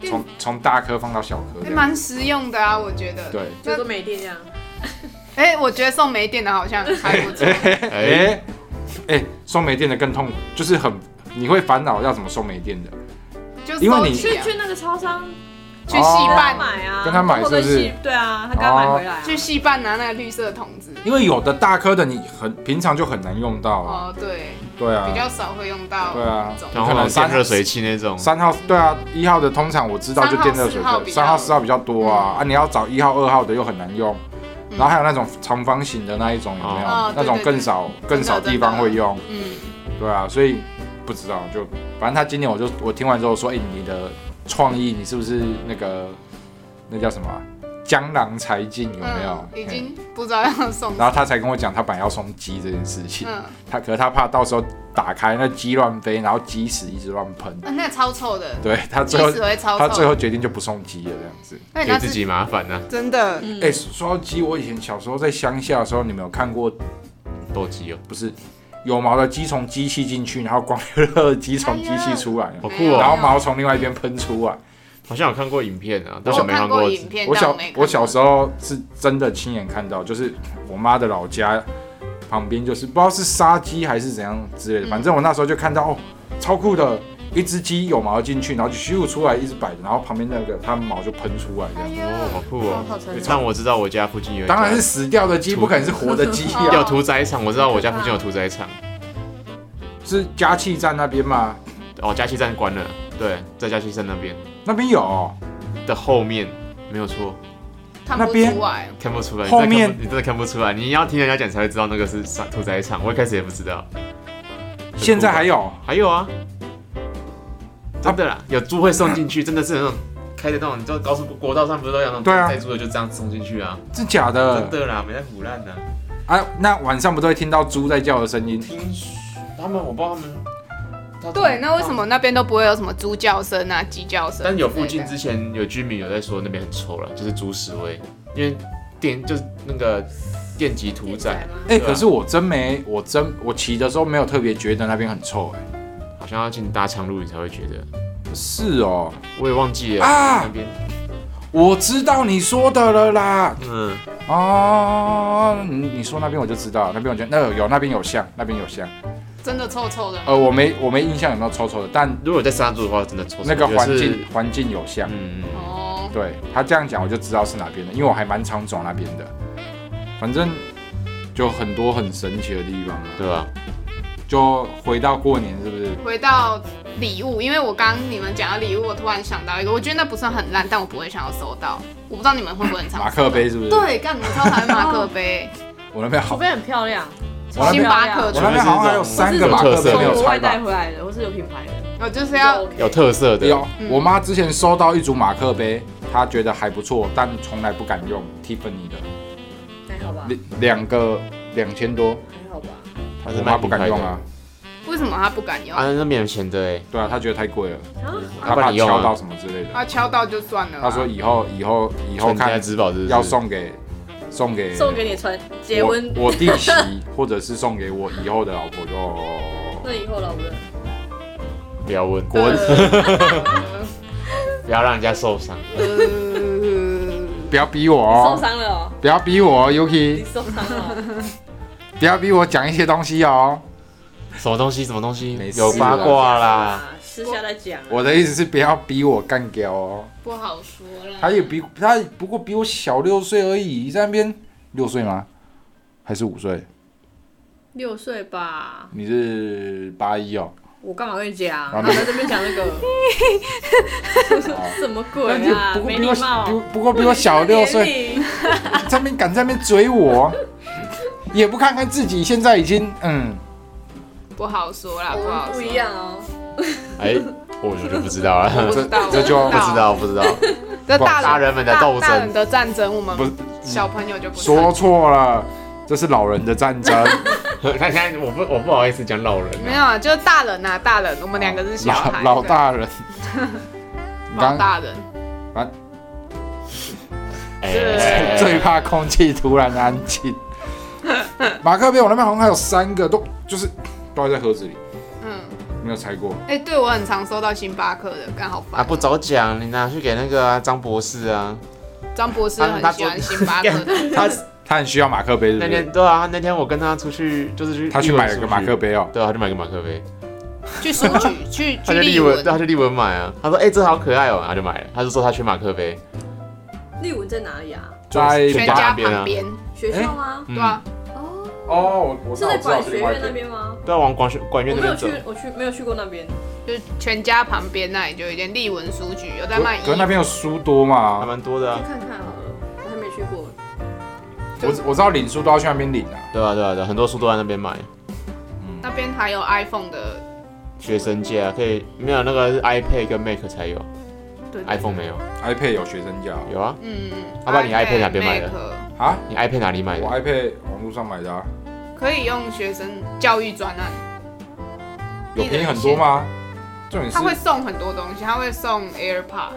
Speaker 1: 电
Speaker 3: 从从大颗放到小颗
Speaker 1: 还
Speaker 3: 这样。
Speaker 1: 欸蛮实用的啊，我觉得。
Speaker 3: 对，
Speaker 4: 就都没电这样。
Speaker 1: 哎、我觉得送没电的好像还 不错。
Speaker 2: 哎，
Speaker 3: 哎哎，送没电的更痛苦，就是很你会烦恼要怎么送没电的。
Speaker 1: 就
Speaker 3: 因为
Speaker 1: 收
Speaker 3: 你哦
Speaker 1: 起
Speaker 4: 去
Speaker 1: 啊
Speaker 4: 去那个超商
Speaker 1: 去戏
Speaker 4: 跟他
Speaker 1: 办，
Speaker 4: 买啊，
Speaker 3: 跟他买
Speaker 4: 或者
Speaker 3: 是不哦是
Speaker 4: 去对啊，他刚买回来啊。
Speaker 1: 去戏办拿那个绿色桶子。
Speaker 3: 因为有的大颗的你很平常就很难用到啊。
Speaker 1: 哦，对，
Speaker 3: 对啊，
Speaker 1: 比较少会用
Speaker 3: 对
Speaker 1: 到。
Speaker 3: 啊，
Speaker 1: 总
Speaker 2: 然后电热水器那种，
Speaker 3: 三号对啊，一号的通常我知道就电热水
Speaker 1: 三号
Speaker 3: 器，
Speaker 1: 四号比较嗯
Speaker 3: 三号四号比较多啊，啊你要找一号二号的又很难用，然后还有那种长方形的那一种有没有
Speaker 1: 哦？
Speaker 3: 那种更少更少地方会用，
Speaker 1: 嗯，
Speaker 3: 对啊，所以不知道就反正他今年我就我听完之后说，哎，你的创意你是不是那个那叫什么啊江郎才尽有没有
Speaker 1: 嗯，？已经不知道要送
Speaker 3: 然。后他才跟我讲，他本来要送鸡这件事情，
Speaker 1: 嗯，
Speaker 3: 他可是他怕到时候打开那鸡乱飞，然后鸡屎一直乱喷，
Speaker 1: 啊那超臭的，
Speaker 3: 对他
Speaker 1: 即
Speaker 3: 最后
Speaker 1: 使会超
Speaker 3: 他
Speaker 1: 臭。
Speaker 3: 最
Speaker 1: 哎
Speaker 3: 后决定就不送鸡了，这样子。
Speaker 1: 那你
Speaker 2: 给
Speaker 1: 那
Speaker 2: 自
Speaker 1: 是
Speaker 2: 己麻烦啊呐，
Speaker 1: 真的
Speaker 4: 嗯
Speaker 3: 哎、说到鸡，我以前小时候在乡下的时候，你们有看过
Speaker 2: 斗鸡哦，
Speaker 3: 不是有毛的鸡从机器进去，然后光溜溜的鸡从机器出来，
Speaker 2: 好酷
Speaker 1: 没有
Speaker 3: 然
Speaker 2: 哦，
Speaker 3: 后毛从另外一边喷出来。
Speaker 2: 好像有看过影片啊，但是
Speaker 1: 我
Speaker 2: 没看
Speaker 1: 看
Speaker 2: 过
Speaker 1: 过。影片，
Speaker 3: 我
Speaker 1: 但
Speaker 3: 小
Speaker 1: 没看过
Speaker 3: 我小时候是真的亲眼看到，就是我妈的老家旁边就是不知道是杀鸡还是怎样之类的，
Speaker 1: 嗯
Speaker 3: 反正我那时候就看到哦，超酷的。一只鸡有毛进去，然后就咻出来，一直摆着，然后旁边那个它毛就喷出来这样
Speaker 1: 哎。
Speaker 2: 哦，好
Speaker 1: 呀，
Speaker 2: 酷哦！
Speaker 4: 好成
Speaker 2: 但我知道我家附近有一家，
Speaker 3: 当然是死掉的鸡，不可能是活的 鸡啊！
Speaker 2: 有屠宰场，我知道我家附近有屠宰场。
Speaker 3: 是加气站那边吗？
Speaker 2: 哦，加气站关了，对，在加气站那边
Speaker 3: 那边有哦、
Speaker 2: 的后面，没有错，
Speaker 1: 看不
Speaker 3: 那边
Speaker 1: 出来。
Speaker 2: 看不出来。
Speaker 3: 后
Speaker 2: 你真的看不
Speaker 3: 面
Speaker 2: 你真的看不出来，你要听人家讲才会知道那个是杀屠宰场。我一开始也不知道，
Speaker 3: 现在还有，
Speaker 2: 还有啊，
Speaker 3: 啊
Speaker 2: 真的啦，有猪会送进去，真的是那种开的那种，你知道高速国道上不是都有那种
Speaker 3: 对啊
Speaker 2: 载猪的就这样送进去啊，
Speaker 3: 真假
Speaker 2: 真
Speaker 3: 的？
Speaker 2: 的啦，没在腐烂的。
Speaker 3: 啊，那晚上不都会听到猪在叫的声音？
Speaker 2: 听说他们，我不知道他们。他
Speaker 1: 对，那为什？么那边都不会有什么猪叫声啊、鸡叫声？
Speaker 2: 但有附近之前有居民有在说那边很臭了，就是猪屎味，因为电就是那个电极屠宰，
Speaker 4: 吗？
Speaker 2: 对
Speaker 3: 哎、
Speaker 2: 啊
Speaker 3: 可是我真没，我真我骑的时候没有特别觉得那边很臭、
Speaker 2: 好像要进大昌路你才会觉得，
Speaker 3: 哎，是哦，
Speaker 2: 我也忘记了、
Speaker 3: 啊
Speaker 2: 那边，
Speaker 3: 我知道你说的了啦。
Speaker 2: 嗯，
Speaker 3: 哦，你你说那边我就知道，那边我觉得那有有那边有像，那边有像。
Speaker 1: 真的臭臭的吗。
Speaker 3: 呃，我没我没印象有没有臭臭的，但
Speaker 2: 如果在沙洲的话，真的臭死，
Speaker 3: 那个
Speaker 2: 我觉得
Speaker 3: 环
Speaker 2: 是
Speaker 3: 境，环境有像。
Speaker 2: 嗯，
Speaker 1: 哦，
Speaker 3: 对他这样讲，我就知道是哪边的，因为我还蛮常走那边的。反正就很多很神奇的地方啊。
Speaker 2: 对吧、
Speaker 3: 就回到过年，是不是？
Speaker 1: 回到礼物，因为我刚刚你们讲到礼物，我突然想到一个，我觉得那不算很烂，但我不会想要收到。我不知道你们会不会很常
Speaker 3: 马
Speaker 1: 收到
Speaker 3: 克。杯是不是？，
Speaker 1: 对，干我超讨厌马克 杯，
Speaker 3: 我那边
Speaker 4: 除
Speaker 3: 好，
Speaker 4: 非很漂亮，
Speaker 3: 我那
Speaker 1: 星
Speaker 3: 边
Speaker 1: 巴克
Speaker 3: 我
Speaker 1: 的
Speaker 3: 那边好像还有三个马克杯
Speaker 4: 从
Speaker 3: 没有
Speaker 4: 国
Speaker 3: 拆
Speaker 4: 外带
Speaker 3: 吧？
Speaker 4: 回来的，我是有品牌的，
Speaker 1: 我就是要
Speaker 4: 就 OK
Speaker 2: 有特色的，
Speaker 3: 有，啊
Speaker 4: 嗯
Speaker 3: 我妈之前收到一组马克杯，她觉得还不错，但从来不敢用 Tiffany 的，
Speaker 4: 还好吧？
Speaker 3: 两两个两千多，
Speaker 4: 还好吧？
Speaker 2: 它是
Speaker 3: 我
Speaker 2: 卖
Speaker 3: 妈不
Speaker 2: 品牌
Speaker 3: 敢
Speaker 2: 的
Speaker 3: 用啊。。
Speaker 1: 为什么他不敢用？
Speaker 2: 啊，那免钱的哎，
Speaker 3: 对啊，她觉得太贵了，
Speaker 4: 啊，
Speaker 3: 她
Speaker 2: 不
Speaker 3: 怕
Speaker 2: 然你用
Speaker 3: 敲到
Speaker 2: 啊，
Speaker 3: 什么之类的。
Speaker 1: 他敲到就算了啊。
Speaker 3: 她说以后以后以后
Speaker 2: 传家
Speaker 3: 看
Speaker 2: 之宝是不是
Speaker 3: 要送给送给
Speaker 4: 送给你传结婚，
Speaker 3: 我我弟媳，或者是送给我以后的老婆就
Speaker 4: 那以后老了，
Speaker 2: 不要问，
Speaker 3: 滚
Speaker 2: 不要让人家受伤。
Speaker 1: 呃，
Speaker 3: 不要逼我
Speaker 4: 受
Speaker 3: 哦，
Speaker 4: 伤了哦，
Speaker 3: 不要逼我哦
Speaker 4: 你
Speaker 3: ，Yuki，
Speaker 4: 受伤了哦，
Speaker 3: 不要逼我讲一些东西哦。
Speaker 2: 什么东西？什么东西
Speaker 3: 没？事
Speaker 2: 有八卦啦，
Speaker 4: 啊，私下再讲啊。
Speaker 3: 我的意思是不要逼我干掉哦。
Speaker 1: 不好说了。
Speaker 3: 他也比他不过比我小六岁而已，在那边六岁吗？还是五岁？
Speaker 4: 六岁吧，
Speaker 3: 你是八一哦，
Speaker 4: 我干嘛跟你讲？
Speaker 3: 好
Speaker 4: 我
Speaker 3: 啊没
Speaker 4: 在这边讲那个， 什么
Speaker 3: 但
Speaker 4: 鬼
Speaker 3: 是
Speaker 4: 啊
Speaker 3: 不？过
Speaker 4: 没
Speaker 3: 比
Speaker 4: 礼
Speaker 3: 我
Speaker 4: 貌。
Speaker 3: 比我不过比我小 六岁，
Speaker 4: 年龄，
Speaker 3: 在那边敢在那边追我，也不看看自己现在已经嗯，
Speaker 1: 不好说啦，不
Speaker 4: 我
Speaker 1: 好
Speaker 4: 们
Speaker 1: 说。
Speaker 4: 不一样哦。
Speaker 2: 哎，我就就不知道了
Speaker 1: 不。知道，
Speaker 3: 这这就
Speaker 1: 我
Speaker 2: 不知道，不知道，
Speaker 1: 这大
Speaker 2: 大人们的斗
Speaker 1: 大大人
Speaker 2: 争，
Speaker 1: 的战争，我们
Speaker 3: 不是
Speaker 1: 小朋友就不
Speaker 3: 说
Speaker 1: 说
Speaker 3: 错了，这是老人的战争，
Speaker 2: 他现在我不我不好意思讲老人、
Speaker 1: 没
Speaker 2: 啊，
Speaker 1: 有啊，就是大人啊，大人，我们两个是小孩，
Speaker 3: 老老大 人。你
Speaker 1: 老
Speaker 3: 刚
Speaker 1: 大人，
Speaker 2: 哎
Speaker 1: 是
Speaker 2: 哎哎
Speaker 3: 最怕空气突然安静。马克杯我那边好像还有三个，都就是都还在盒子里，
Speaker 1: 嗯，
Speaker 3: 没有拆过。
Speaker 1: 哎、对我很常收到星巴克的，刚好
Speaker 2: 啊
Speaker 1: 烦。
Speaker 2: 不早讲，你拿去给那个啊张、博士啊，
Speaker 1: 张博士
Speaker 2: 他他
Speaker 1: 很喜欢
Speaker 2: 昨
Speaker 1: 星巴克的，
Speaker 2: 他
Speaker 3: 他很需要马克杯，对
Speaker 2: 那
Speaker 3: 不
Speaker 2: 天
Speaker 3: 对？
Speaker 2: 对啊，那天我跟他出去就是去
Speaker 3: 嗯他去
Speaker 2: 立文
Speaker 3: 买了个
Speaker 2: 书
Speaker 3: 马
Speaker 2: 局
Speaker 3: 克，杯哦，
Speaker 2: 对啊，他去买个马克杯，
Speaker 1: 去书局，去
Speaker 2: 他
Speaker 1: 去
Speaker 2: 就
Speaker 1: 立
Speaker 2: 立文，
Speaker 1: 文
Speaker 2: 对，，他就立文买啊，他说哎、这好可爱哦、然后就买了，他就说他缺马克杯，
Speaker 4: 例文在哪里啊？
Speaker 3: 在
Speaker 1: 全
Speaker 2: 全家
Speaker 1: 家
Speaker 2: 边啊
Speaker 1: 旁边，
Speaker 4: 学校吗？
Speaker 2: 嗯
Speaker 1: 对啊，
Speaker 4: 哦，
Speaker 3: 哦，我我
Speaker 4: 是在管学院那，边吗？
Speaker 2: 对啊，往管学管
Speaker 4: 我
Speaker 2: 院那
Speaker 4: 没有
Speaker 2: 边走
Speaker 4: 去，，我去没有去过那边。
Speaker 1: 就是全家旁边那里就有一间立文书局，有在
Speaker 3: 可
Speaker 1: 卖衣
Speaker 3: 可
Speaker 1: 服
Speaker 3: 是。那边有书多
Speaker 2: 还
Speaker 3: 嘛？
Speaker 2: 蛮多的
Speaker 4: 去
Speaker 2: 啊，
Speaker 4: 看看好了，我还没去过。
Speaker 3: 我我知道领书都要去那边领啊。
Speaker 2: 对啊对啊对啊，很多书都在那边买，
Speaker 1: 那边还有 iPhone 的，
Speaker 2: 学生界啊可以没有那个是 iPad 跟 Mac 才有
Speaker 1: 对对
Speaker 2: ，iPhone 没有，
Speaker 3: iPad 有学生价
Speaker 2: 有啊，
Speaker 1: 嗯，
Speaker 2: 要不然你 iPad 哪边买的
Speaker 1: Mac
Speaker 3: 啊，
Speaker 2: 你 iPad 哪里买的
Speaker 3: 我？iPad 网络上买的，啊，
Speaker 1: 可以用学生教育专案，
Speaker 3: 有便宜很多吗？重点
Speaker 1: 他会
Speaker 3: 是
Speaker 1: 送很多东西，他会送 AirPod，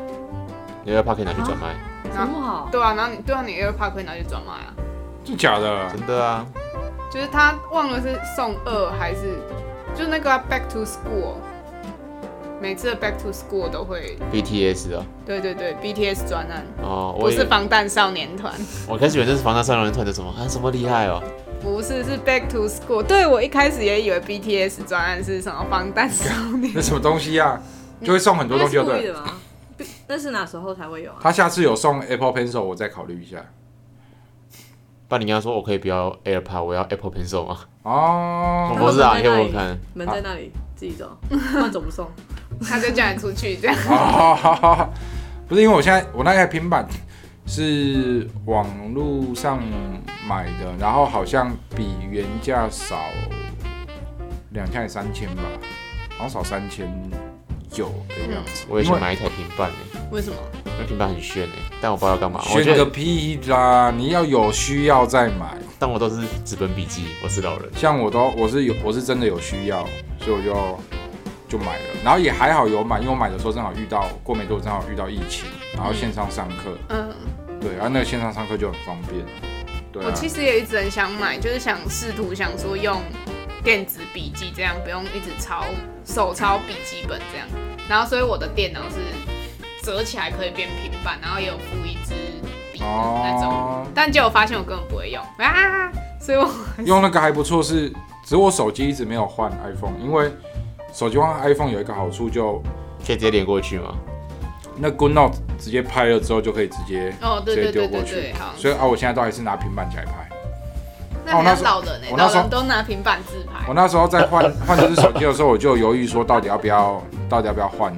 Speaker 2: 你要不要 Pocket 拿去转卖？
Speaker 4: 这么好，
Speaker 1: 对啊，然后你对啊，你 AirPod 可以拿去转卖啊，
Speaker 3: 真假 的？
Speaker 2: 真的啊，
Speaker 1: 就是他忘了是送二还是就那个啊、Back to School，每次的 Back to School 都会，
Speaker 2: BTS 啊，
Speaker 1: 对对对，BTS 专案，
Speaker 2: 哦，
Speaker 1: 不
Speaker 2: 我
Speaker 1: 是
Speaker 2: 也
Speaker 1: 防弹少年团，
Speaker 2: 我开始以为这是防弹少年团的什么，啊什么厉害哦，
Speaker 1: 不是是 Back to School，对我一开始也以为 BTS 专案是什么防弹少年，
Speaker 3: 那什么东西啊？就会送很多
Speaker 4: 那
Speaker 3: 东西，
Speaker 4: 是
Speaker 3: 对
Speaker 4: 故意
Speaker 3: 不对。
Speaker 4: 的吗？ 不那是哪时候才会有啊？
Speaker 3: 他下次有送 Apple Pencil，我再考虑一下。
Speaker 2: 不然你跟他说我可以不要 AirPod，我要 Apple Pencil 吗？
Speaker 3: 哦
Speaker 2: 我，不是啊，
Speaker 4: 他们
Speaker 2: 你给
Speaker 4: 都在那里
Speaker 2: 我看，
Speaker 4: 门在那里，自己 走，那走不送。
Speaker 1: 他就叫你出去这样，
Speaker 3: 好好好好， 不是因为我现在我那台平板是网络上买的，然后好像比原价少两千还是三千吧，好像少三千九的样子。
Speaker 2: 嗯我也想
Speaker 3: 因为。
Speaker 2: 买一台平板诶，
Speaker 1: 为什么？
Speaker 2: 那平板很炫诶，但我不知道要干嘛，我
Speaker 3: 选
Speaker 2: 觉
Speaker 3: 个
Speaker 2: 得，
Speaker 3: 屁啦！你要有需要再买，
Speaker 2: 但我都是纸本笔记，我是老人，
Speaker 3: 像我都我是有我是真的有需要，所以我就就买了，然后也还好有买，因为我买的时候正好遇到过没多久正好遇到疫情，然后线上上课，
Speaker 1: 嗯。
Speaker 3: 对，啊然后那个线上上课就很方便。对、啊，
Speaker 1: 我其实也一直很想买，就是想试图想说用电子笔记这样，不用一直抄手抄笔记本这样。然后所以我的电脑是折起来可以变平板，然后也有附一支笔的那种。
Speaker 3: 哦，
Speaker 1: 但结果发现我根本不会用啊，所以 我
Speaker 3: 用那个还不错是，只是我手机一直没有换 iPhone，因为手机换 iPhone 有一个好处就
Speaker 2: 可以直接连过去吗？
Speaker 3: 那 Good Note 直接拍了之后就可以直接
Speaker 1: 哦对
Speaker 3: 直
Speaker 1: 对
Speaker 3: 接丢
Speaker 1: 对
Speaker 3: 过
Speaker 1: 对
Speaker 3: 去，
Speaker 1: 对，好。
Speaker 3: 所以啊，我现在都还是拿平板起来拍。
Speaker 1: 那
Speaker 3: 哦
Speaker 1: 很
Speaker 3: 那
Speaker 1: 像
Speaker 3: 时
Speaker 1: 老人哎、
Speaker 3: 我那
Speaker 1: 老
Speaker 3: 时候
Speaker 1: 人都拿平板自拍
Speaker 3: 我。那时候在换换这只手机的时候，我就犹豫说到底要不要到底要不要换，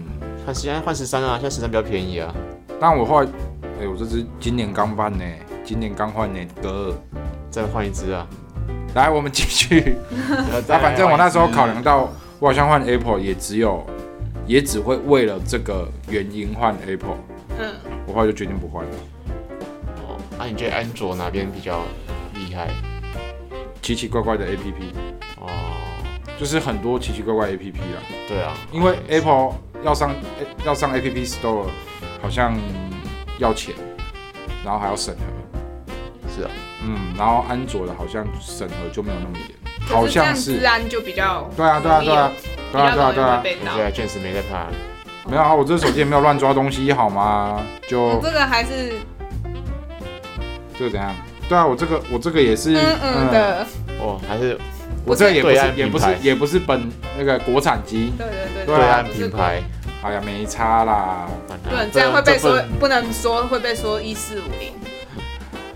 Speaker 2: 看现在换十三啊，现在十三比较便宜啊，
Speaker 3: 但我后来，哎、我这只今年刚办呢，今年刚换呢，哥。
Speaker 2: 再换一只 啊，呃
Speaker 3: 来，我们继续。那、啊反正我那时候考量到，我好像换 Apple 也只有，也只会为了这个原因换 Apple，
Speaker 1: 嗯，
Speaker 3: 我后来就决定不换了。
Speaker 2: 哦，那你觉得安卓哪边比较厉害？
Speaker 3: 奇奇怪怪的 APP，
Speaker 2: 哦，
Speaker 3: 就是很多奇奇怪怪的 APP 啦。
Speaker 2: 对啊，
Speaker 3: 因为
Speaker 2: A
Speaker 3: Apple 要上要上 APP Store，好像要钱，然后还要审核。
Speaker 2: 是啊，
Speaker 3: 嗯，然后安卓的好像审核就没有那么严，
Speaker 1: 可
Speaker 3: 好
Speaker 1: 是这样
Speaker 3: 像
Speaker 1: 治
Speaker 3: 是。
Speaker 1: 安就比较
Speaker 3: 对啊，对啊，对啊，对啊，
Speaker 1: 比
Speaker 3: 对
Speaker 1: 较
Speaker 3: 啊，
Speaker 1: 容
Speaker 3: 对
Speaker 1: 易会
Speaker 3: 啊，
Speaker 1: 被
Speaker 2: 我
Speaker 1: 盗
Speaker 2: 觉。得确实没在怕，
Speaker 3: 没有啊，我这手机也没有乱抓东西，好吗？就
Speaker 1: 你这个还是
Speaker 3: 这个怎样？对啊，我这个我这个也是，
Speaker 1: 嗯嗯，的，
Speaker 2: 哦，还是
Speaker 3: 我这个也不
Speaker 2: 对
Speaker 3: 是
Speaker 2: 岸
Speaker 3: 也
Speaker 2: 品
Speaker 3: 不是
Speaker 2: 牌
Speaker 3: 也不是本那个国产机，
Speaker 1: 对对对
Speaker 2: 对
Speaker 3: 对啊
Speaker 2: 岸品牌，
Speaker 3: 哎呀没差啦，
Speaker 2: 反
Speaker 1: 不
Speaker 2: 正
Speaker 1: 能这样会被
Speaker 2: 不
Speaker 1: 说
Speaker 2: 能，
Speaker 1: 不能说会被说一四五零，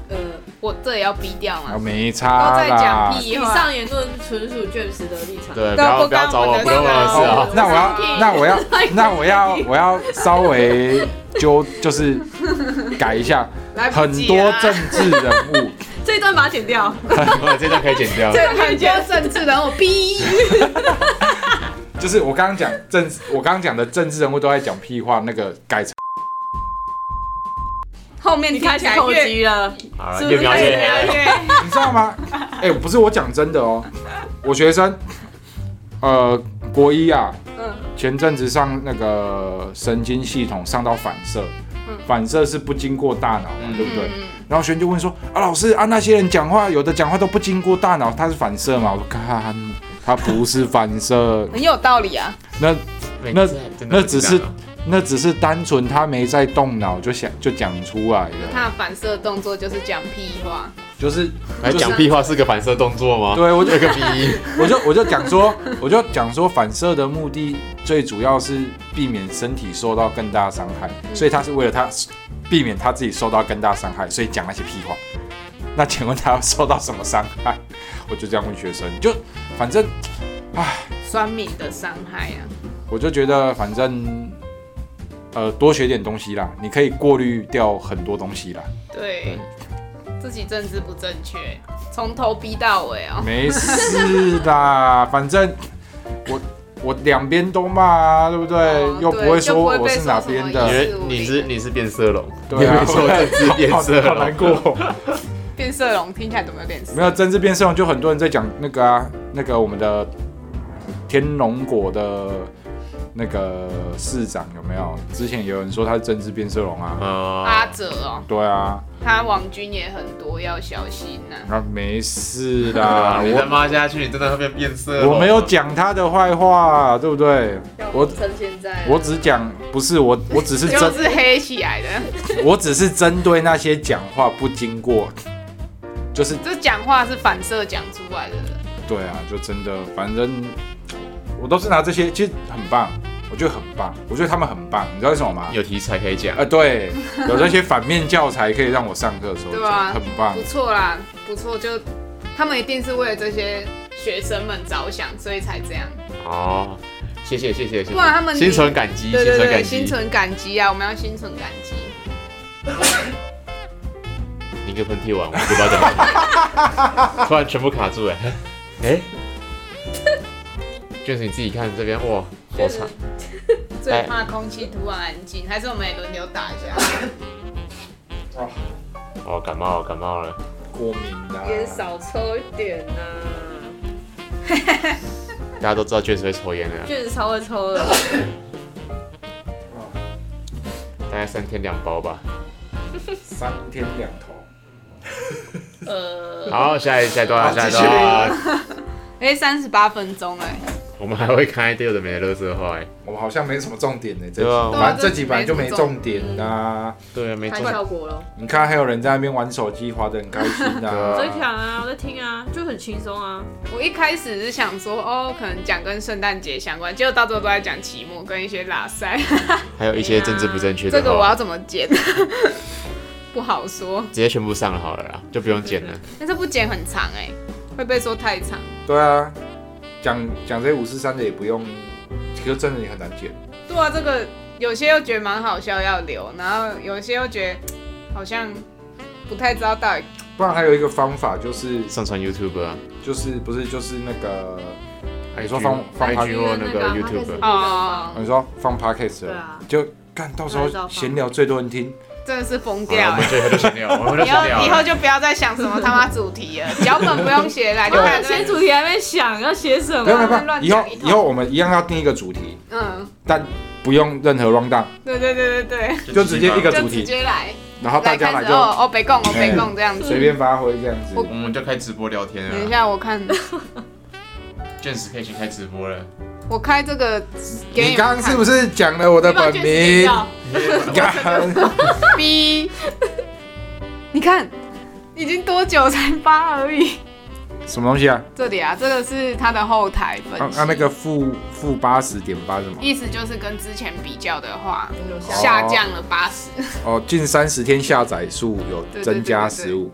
Speaker 4: 呃，
Speaker 1: 我这也要逼掉
Speaker 3: 啊
Speaker 1: 吗？
Speaker 3: 没
Speaker 1: 都
Speaker 3: 差
Speaker 1: 在讲
Speaker 3: 啦。
Speaker 1: 屁
Speaker 4: 以
Speaker 1: 话，
Speaker 4: 上言论纯属 James 的立场。
Speaker 2: 对，不
Speaker 1: 对啊
Speaker 2: 要
Speaker 1: 不
Speaker 2: 不要
Speaker 1: 干
Speaker 2: 找
Speaker 1: 我
Speaker 2: 我，
Speaker 1: 的
Speaker 2: 不用
Speaker 1: 事
Speaker 2: 我
Speaker 1: 啊
Speaker 2: 的事啊
Speaker 1: 哦。
Speaker 3: 那我要
Speaker 4: 我是
Speaker 3: 那我要
Speaker 4: 屁
Speaker 3: 那我要我要稍微纠就是改一下，
Speaker 1: 来不
Speaker 3: 很
Speaker 1: 及
Speaker 3: 多
Speaker 1: 了啊
Speaker 3: 政治人物，
Speaker 4: 这一段把它剪掉。
Speaker 2: 我 这段可以剪掉。
Speaker 1: 这个很多政治人物逼，
Speaker 3: 就是我刚刚讲政，我刚刚讲的政治人物都在讲屁话，那个改成
Speaker 1: 后面
Speaker 4: 你
Speaker 1: 听
Speaker 4: 开
Speaker 1: 起
Speaker 4: 始
Speaker 1: 来
Speaker 4: 口
Speaker 1: 越
Speaker 4: 急了，
Speaker 2: 好
Speaker 4: 是
Speaker 2: 了，
Speaker 4: 不是
Speaker 2: 越描
Speaker 4: 开始
Speaker 2: 越
Speaker 1: 越
Speaker 2: 黑
Speaker 1: 来
Speaker 2: 了。
Speaker 1: 越
Speaker 3: 你知道吗？哎、不是我讲真的哦，我学生，呃，国一啊，
Speaker 1: 嗯，
Speaker 3: 前阵子上那个神经系统上到反射，
Speaker 1: 嗯
Speaker 3: 反射是不经过大脑嘛，
Speaker 2: 嗯
Speaker 3: 对不对？
Speaker 1: 嗯，
Speaker 3: 然后学生就问说啊，老师啊，那些人讲话有的讲话都不经过大脑，他是反射嘛？我看他不是反射
Speaker 1: 很有道理啊。
Speaker 3: 那那
Speaker 2: 真的
Speaker 3: 那
Speaker 2: 不知
Speaker 3: 只是
Speaker 2: 道
Speaker 3: 那只是单纯他没在动脑就想就讲出来了，
Speaker 1: 他的反射动作就是讲屁话，
Speaker 3: 就是
Speaker 2: 哎讲屁话是个反射动作吗？
Speaker 3: 对我就
Speaker 2: 这个逼，
Speaker 3: 我就我就讲说，我就讲说，反射的目的最主要是避免身体受到更大的伤害，
Speaker 1: 嗯
Speaker 3: 所以他是为了他避免他自己受到更大伤害，所以讲那些屁话。那请问他要受到什么伤害？我就这样问学生，就反正
Speaker 1: 酸敏的伤害啊。
Speaker 3: 我就觉得反正呃多学点东西啦，你可以过滤掉很多东西啦。
Speaker 1: 对，自己政治不正确，从头逼到尾哦。
Speaker 3: 没事啦，反正 我我两边都骂啊，对不对？
Speaker 1: 哦
Speaker 3: 又不会
Speaker 1: 对就
Speaker 3: 说
Speaker 1: 不会被
Speaker 3: 我是哪
Speaker 1: 说什么
Speaker 3: 边
Speaker 1: 意
Speaker 3: 的
Speaker 1: 思
Speaker 2: 你。觉得你是你是变色龙，
Speaker 3: 对啊
Speaker 2: 你没说政治变色龙，。
Speaker 3: 过。
Speaker 1: 变色龙听起来怎么有点
Speaker 3: 没有政治变色龙，就很多人在讲那个啊，那个我们的天龙果的那个市长有没有？之前有人说他是政治变色龙啊。
Speaker 1: 阿
Speaker 2: 啊，
Speaker 1: 哲哦，
Speaker 3: 对啊，
Speaker 1: 他网军也很多，要小心啊呐、
Speaker 3: 那没事
Speaker 2: 啊
Speaker 3: 啦，
Speaker 2: 你再
Speaker 3: 我
Speaker 2: 骂下去，你真的会变变色龙。
Speaker 3: 我没有讲他的坏话，对不对？我
Speaker 1: 趁现在
Speaker 3: 我只讲不是我，我只 是
Speaker 1: 就
Speaker 3: 针，
Speaker 1: 是黑起来的，
Speaker 3: 我只是针对那些讲话不经过，就是
Speaker 1: 这讲话是反射讲出来的。
Speaker 3: 对啊，就真的，反正我都是拿这些，其实很棒，我觉得很棒，我觉得他们很棒，你知道为什么吗？
Speaker 2: 有题材可以讲
Speaker 3: 啊，，对，有这些反面教材可以让我上课的时候
Speaker 1: 对啊
Speaker 3: 讲，很棒
Speaker 1: 不。错啦，不错，就他们一定是为了这些学生们着想，所以才这样。
Speaker 2: 哦，谢谢谢谢谢谢，
Speaker 1: 不然他们
Speaker 2: 心存感激，
Speaker 1: 对对
Speaker 2: 存
Speaker 1: 对，
Speaker 2: 感
Speaker 1: 心
Speaker 2: 激。
Speaker 1: 存感激啊，我们要心存感激。
Speaker 2: 你一个喷嚏完，我就不知道讲什么， 突然全部卡住哎，哎，就是你自己看这边，哇，好惨，
Speaker 1: 最怕空气突然安静，还是我们也轮流打一下？嗯
Speaker 2: 哦，感冒了感冒了，
Speaker 3: 过敏啊啦、
Speaker 4: 抽一点呐、
Speaker 2: 大家都知道卷子会抽烟的，
Speaker 4: 卷子超会抽的，
Speaker 2: 大概三天两包吧。
Speaker 3: 三天两头。
Speaker 1: 呃，
Speaker 2: 好，下一下一段，
Speaker 3: 好
Speaker 2: 下一
Speaker 3: 继续
Speaker 2: 段，
Speaker 1: 哎，三十八分钟哎，
Speaker 2: 我们还会看一堆有的没的乐色话哎，
Speaker 3: 我们好像没什么重点呢、这
Speaker 2: 对啊
Speaker 3: 集，反正这
Speaker 1: 对
Speaker 3: 集
Speaker 1: 啊
Speaker 3: 本来就
Speaker 1: 没
Speaker 3: 没
Speaker 1: 什么重
Speaker 3: 重点啦、
Speaker 2: 对啊，没
Speaker 4: 太
Speaker 2: 中，
Speaker 4: 效果了。
Speaker 3: 你看，还有人在那边玩手机，滑得很开心
Speaker 2: 对
Speaker 4: 我
Speaker 3: 啊
Speaker 4: 在。想啊，我在听啊，就很轻松啊。
Speaker 1: 我一开始是想说哦，可能讲跟圣诞节相关，结果到最后都在讲期末跟一些拉塞，
Speaker 2: 还有一些政治不正确的
Speaker 1: 这
Speaker 2: 话，
Speaker 1: 个我要怎么 剪？不好说，
Speaker 2: 直接全部上了好了啦，就不用剪了。
Speaker 1: 但是不剪很长哎，会被说太长。
Speaker 3: 对啊，讲讲这五四三的也不用，其实真的也很难剪。
Speaker 1: 对啊，这个有些又觉得蛮好笑要留，然后有些又觉得好像不太知道到底
Speaker 3: 不然还有一个方法就是
Speaker 2: 上传 YouTube 啊，
Speaker 3: 就是不是就是那个，
Speaker 2: 还
Speaker 3: 你说放放
Speaker 2: IG 或那个
Speaker 4: 那个
Speaker 2: YouTube，
Speaker 4: 啊
Speaker 1: 哦，
Speaker 3: 你说放 podcast，
Speaker 4: 对
Speaker 3: 了
Speaker 4: 啊，
Speaker 3: 就看到时
Speaker 4: 拍照
Speaker 3: 候
Speaker 4: 放
Speaker 3: 闲聊最多人听，
Speaker 1: 真的是疯
Speaker 2: 好了
Speaker 1: 掉
Speaker 2: 我
Speaker 1: 哎
Speaker 2: 们。最后就闲聊，我们就
Speaker 1: 以
Speaker 2: 闲
Speaker 1: 后
Speaker 2: 聊
Speaker 1: 以后
Speaker 2: 了。
Speaker 1: 就不要再想什么他妈主题 了，脚本不用写来就
Speaker 4: 啊
Speaker 1: 看
Speaker 4: 写主题还没想要写什
Speaker 3: 不要
Speaker 4: 么，
Speaker 3: 不要不要，
Speaker 1: 乱
Speaker 3: 以后
Speaker 1: 讲一通
Speaker 3: 以后我们一样要定一个主题，
Speaker 1: 嗯，
Speaker 3: 但不用任何 round down，
Speaker 1: 对对对对
Speaker 3: 就直接一
Speaker 1: 对，
Speaker 3: 个
Speaker 1: 就
Speaker 3: 主
Speaker 1: 直
Speaker 3: 题，
Speaker 1: 接来，
Speaker 3: 然后大
Speaker 1: 来
Speaker 3: 家
Speaker 1: 开
Speaker 3: 来
Speaker 1: 始哦
Speaker 3: 就
Speaker 1: 哦北贡哦北贡这样
Speaker 3: 随
Speaker 1: 子。
Speaker 3: 便发挥这样子。
Speaker 1: 我
Speaker 2: 我们就开直播聊天
Speaker 1: 等一
Speaker 2: 了，
Speaker 1: 下我看，
Speaker 2: 卷子可以去开直播了。
Speaker 1: 我开这个给
Speaker 3: 你刚刚是不
Speaker 1: 是
Speaker 3: 是讲了我的本名？ 干
Speaker 1: 逼？你看已经多久才发而已。
Speaker 3: 什么东西啊？
Speaker 1: 这里啊，这个是它的后台分
Speaker 3: 啊
Speaker 1: 析，
Speaker 3: 啊那个负负八十点八什么？
Speaker 1: 意思就是跟之前比较的话，
Speaker 4: 有效
Speaker 3: 哦
Speaker 1: 下降了八十。
Speaker 3: 哦，近三十天下载数有增
Speaker 1: 对对对
Speaker 3: 加十
Speaker 1: 对
Speaker 3: 五，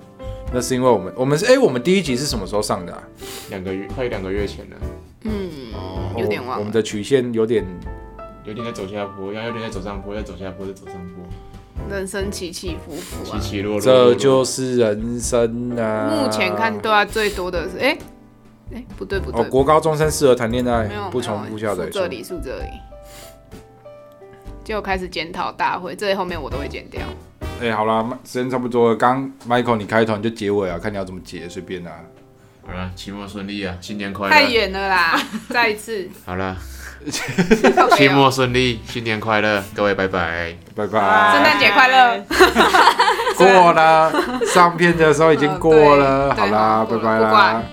Speaker 3: 那是因为我们我们是哎、我们第一集是什么时候上的啊？
Speaker 2: 两个月，快两个月前了，
Speaker 1: 嗯，有点
Speaker 3: 我
Speaker 1: 忘
Speaker 3: 们
Speaker 1: 了，
Speaker 3: 的曲线有点
Speaker 2: 有点在走下坡，然后有点在走上坡，再走下坡，再走上坡，
Speaker 1: 人生起起伏伏啊
Speaker 2: 起。起落落。
Speaker 3: 这就是人生啊！
Speaker 1: 目前看对啊，最多的是哎哎、诶不对不对，
Speaker 3: 哦，国高中生适合谈恋爱
Speaker 1: 没有，
Speaker 3: 不重复下
Speaker 1: 没有
Speaker 3: 载
Speaker 1: 是
Speaker 3: 数
Speaker 1: 这。里是这里，就开始检讨大会，这里后面我都会剪掉。
Speaker 3: 哎、好啦，时间差不多了。刚 Michael 你开头你就结尾啊，看你要怎么结，随便啊。
Speaker 2: 好了，期末顺利啊，新年快
Speaker 1: 太
Speaker 2: 乐！
Speaker 1: 远了啦，再一次，
Speaker 2: 好了，
Speaker 1: 靠北哦
Speaker 2: 期末顺利，新年快乐，各位拜拜。
Speaker 3: 拜拜。
Speaker 1: 圣诞节快乐。
Speaker 3: 过了，上片的时候已经过了，
Speaker 1: 嗯对
Speaker 3: 好啦，
Speaker 1: 哦对
Speaker 3: 拜
Speaker 1: 好过了不
Speaker 3: 拜啦。
Speaker 1: 管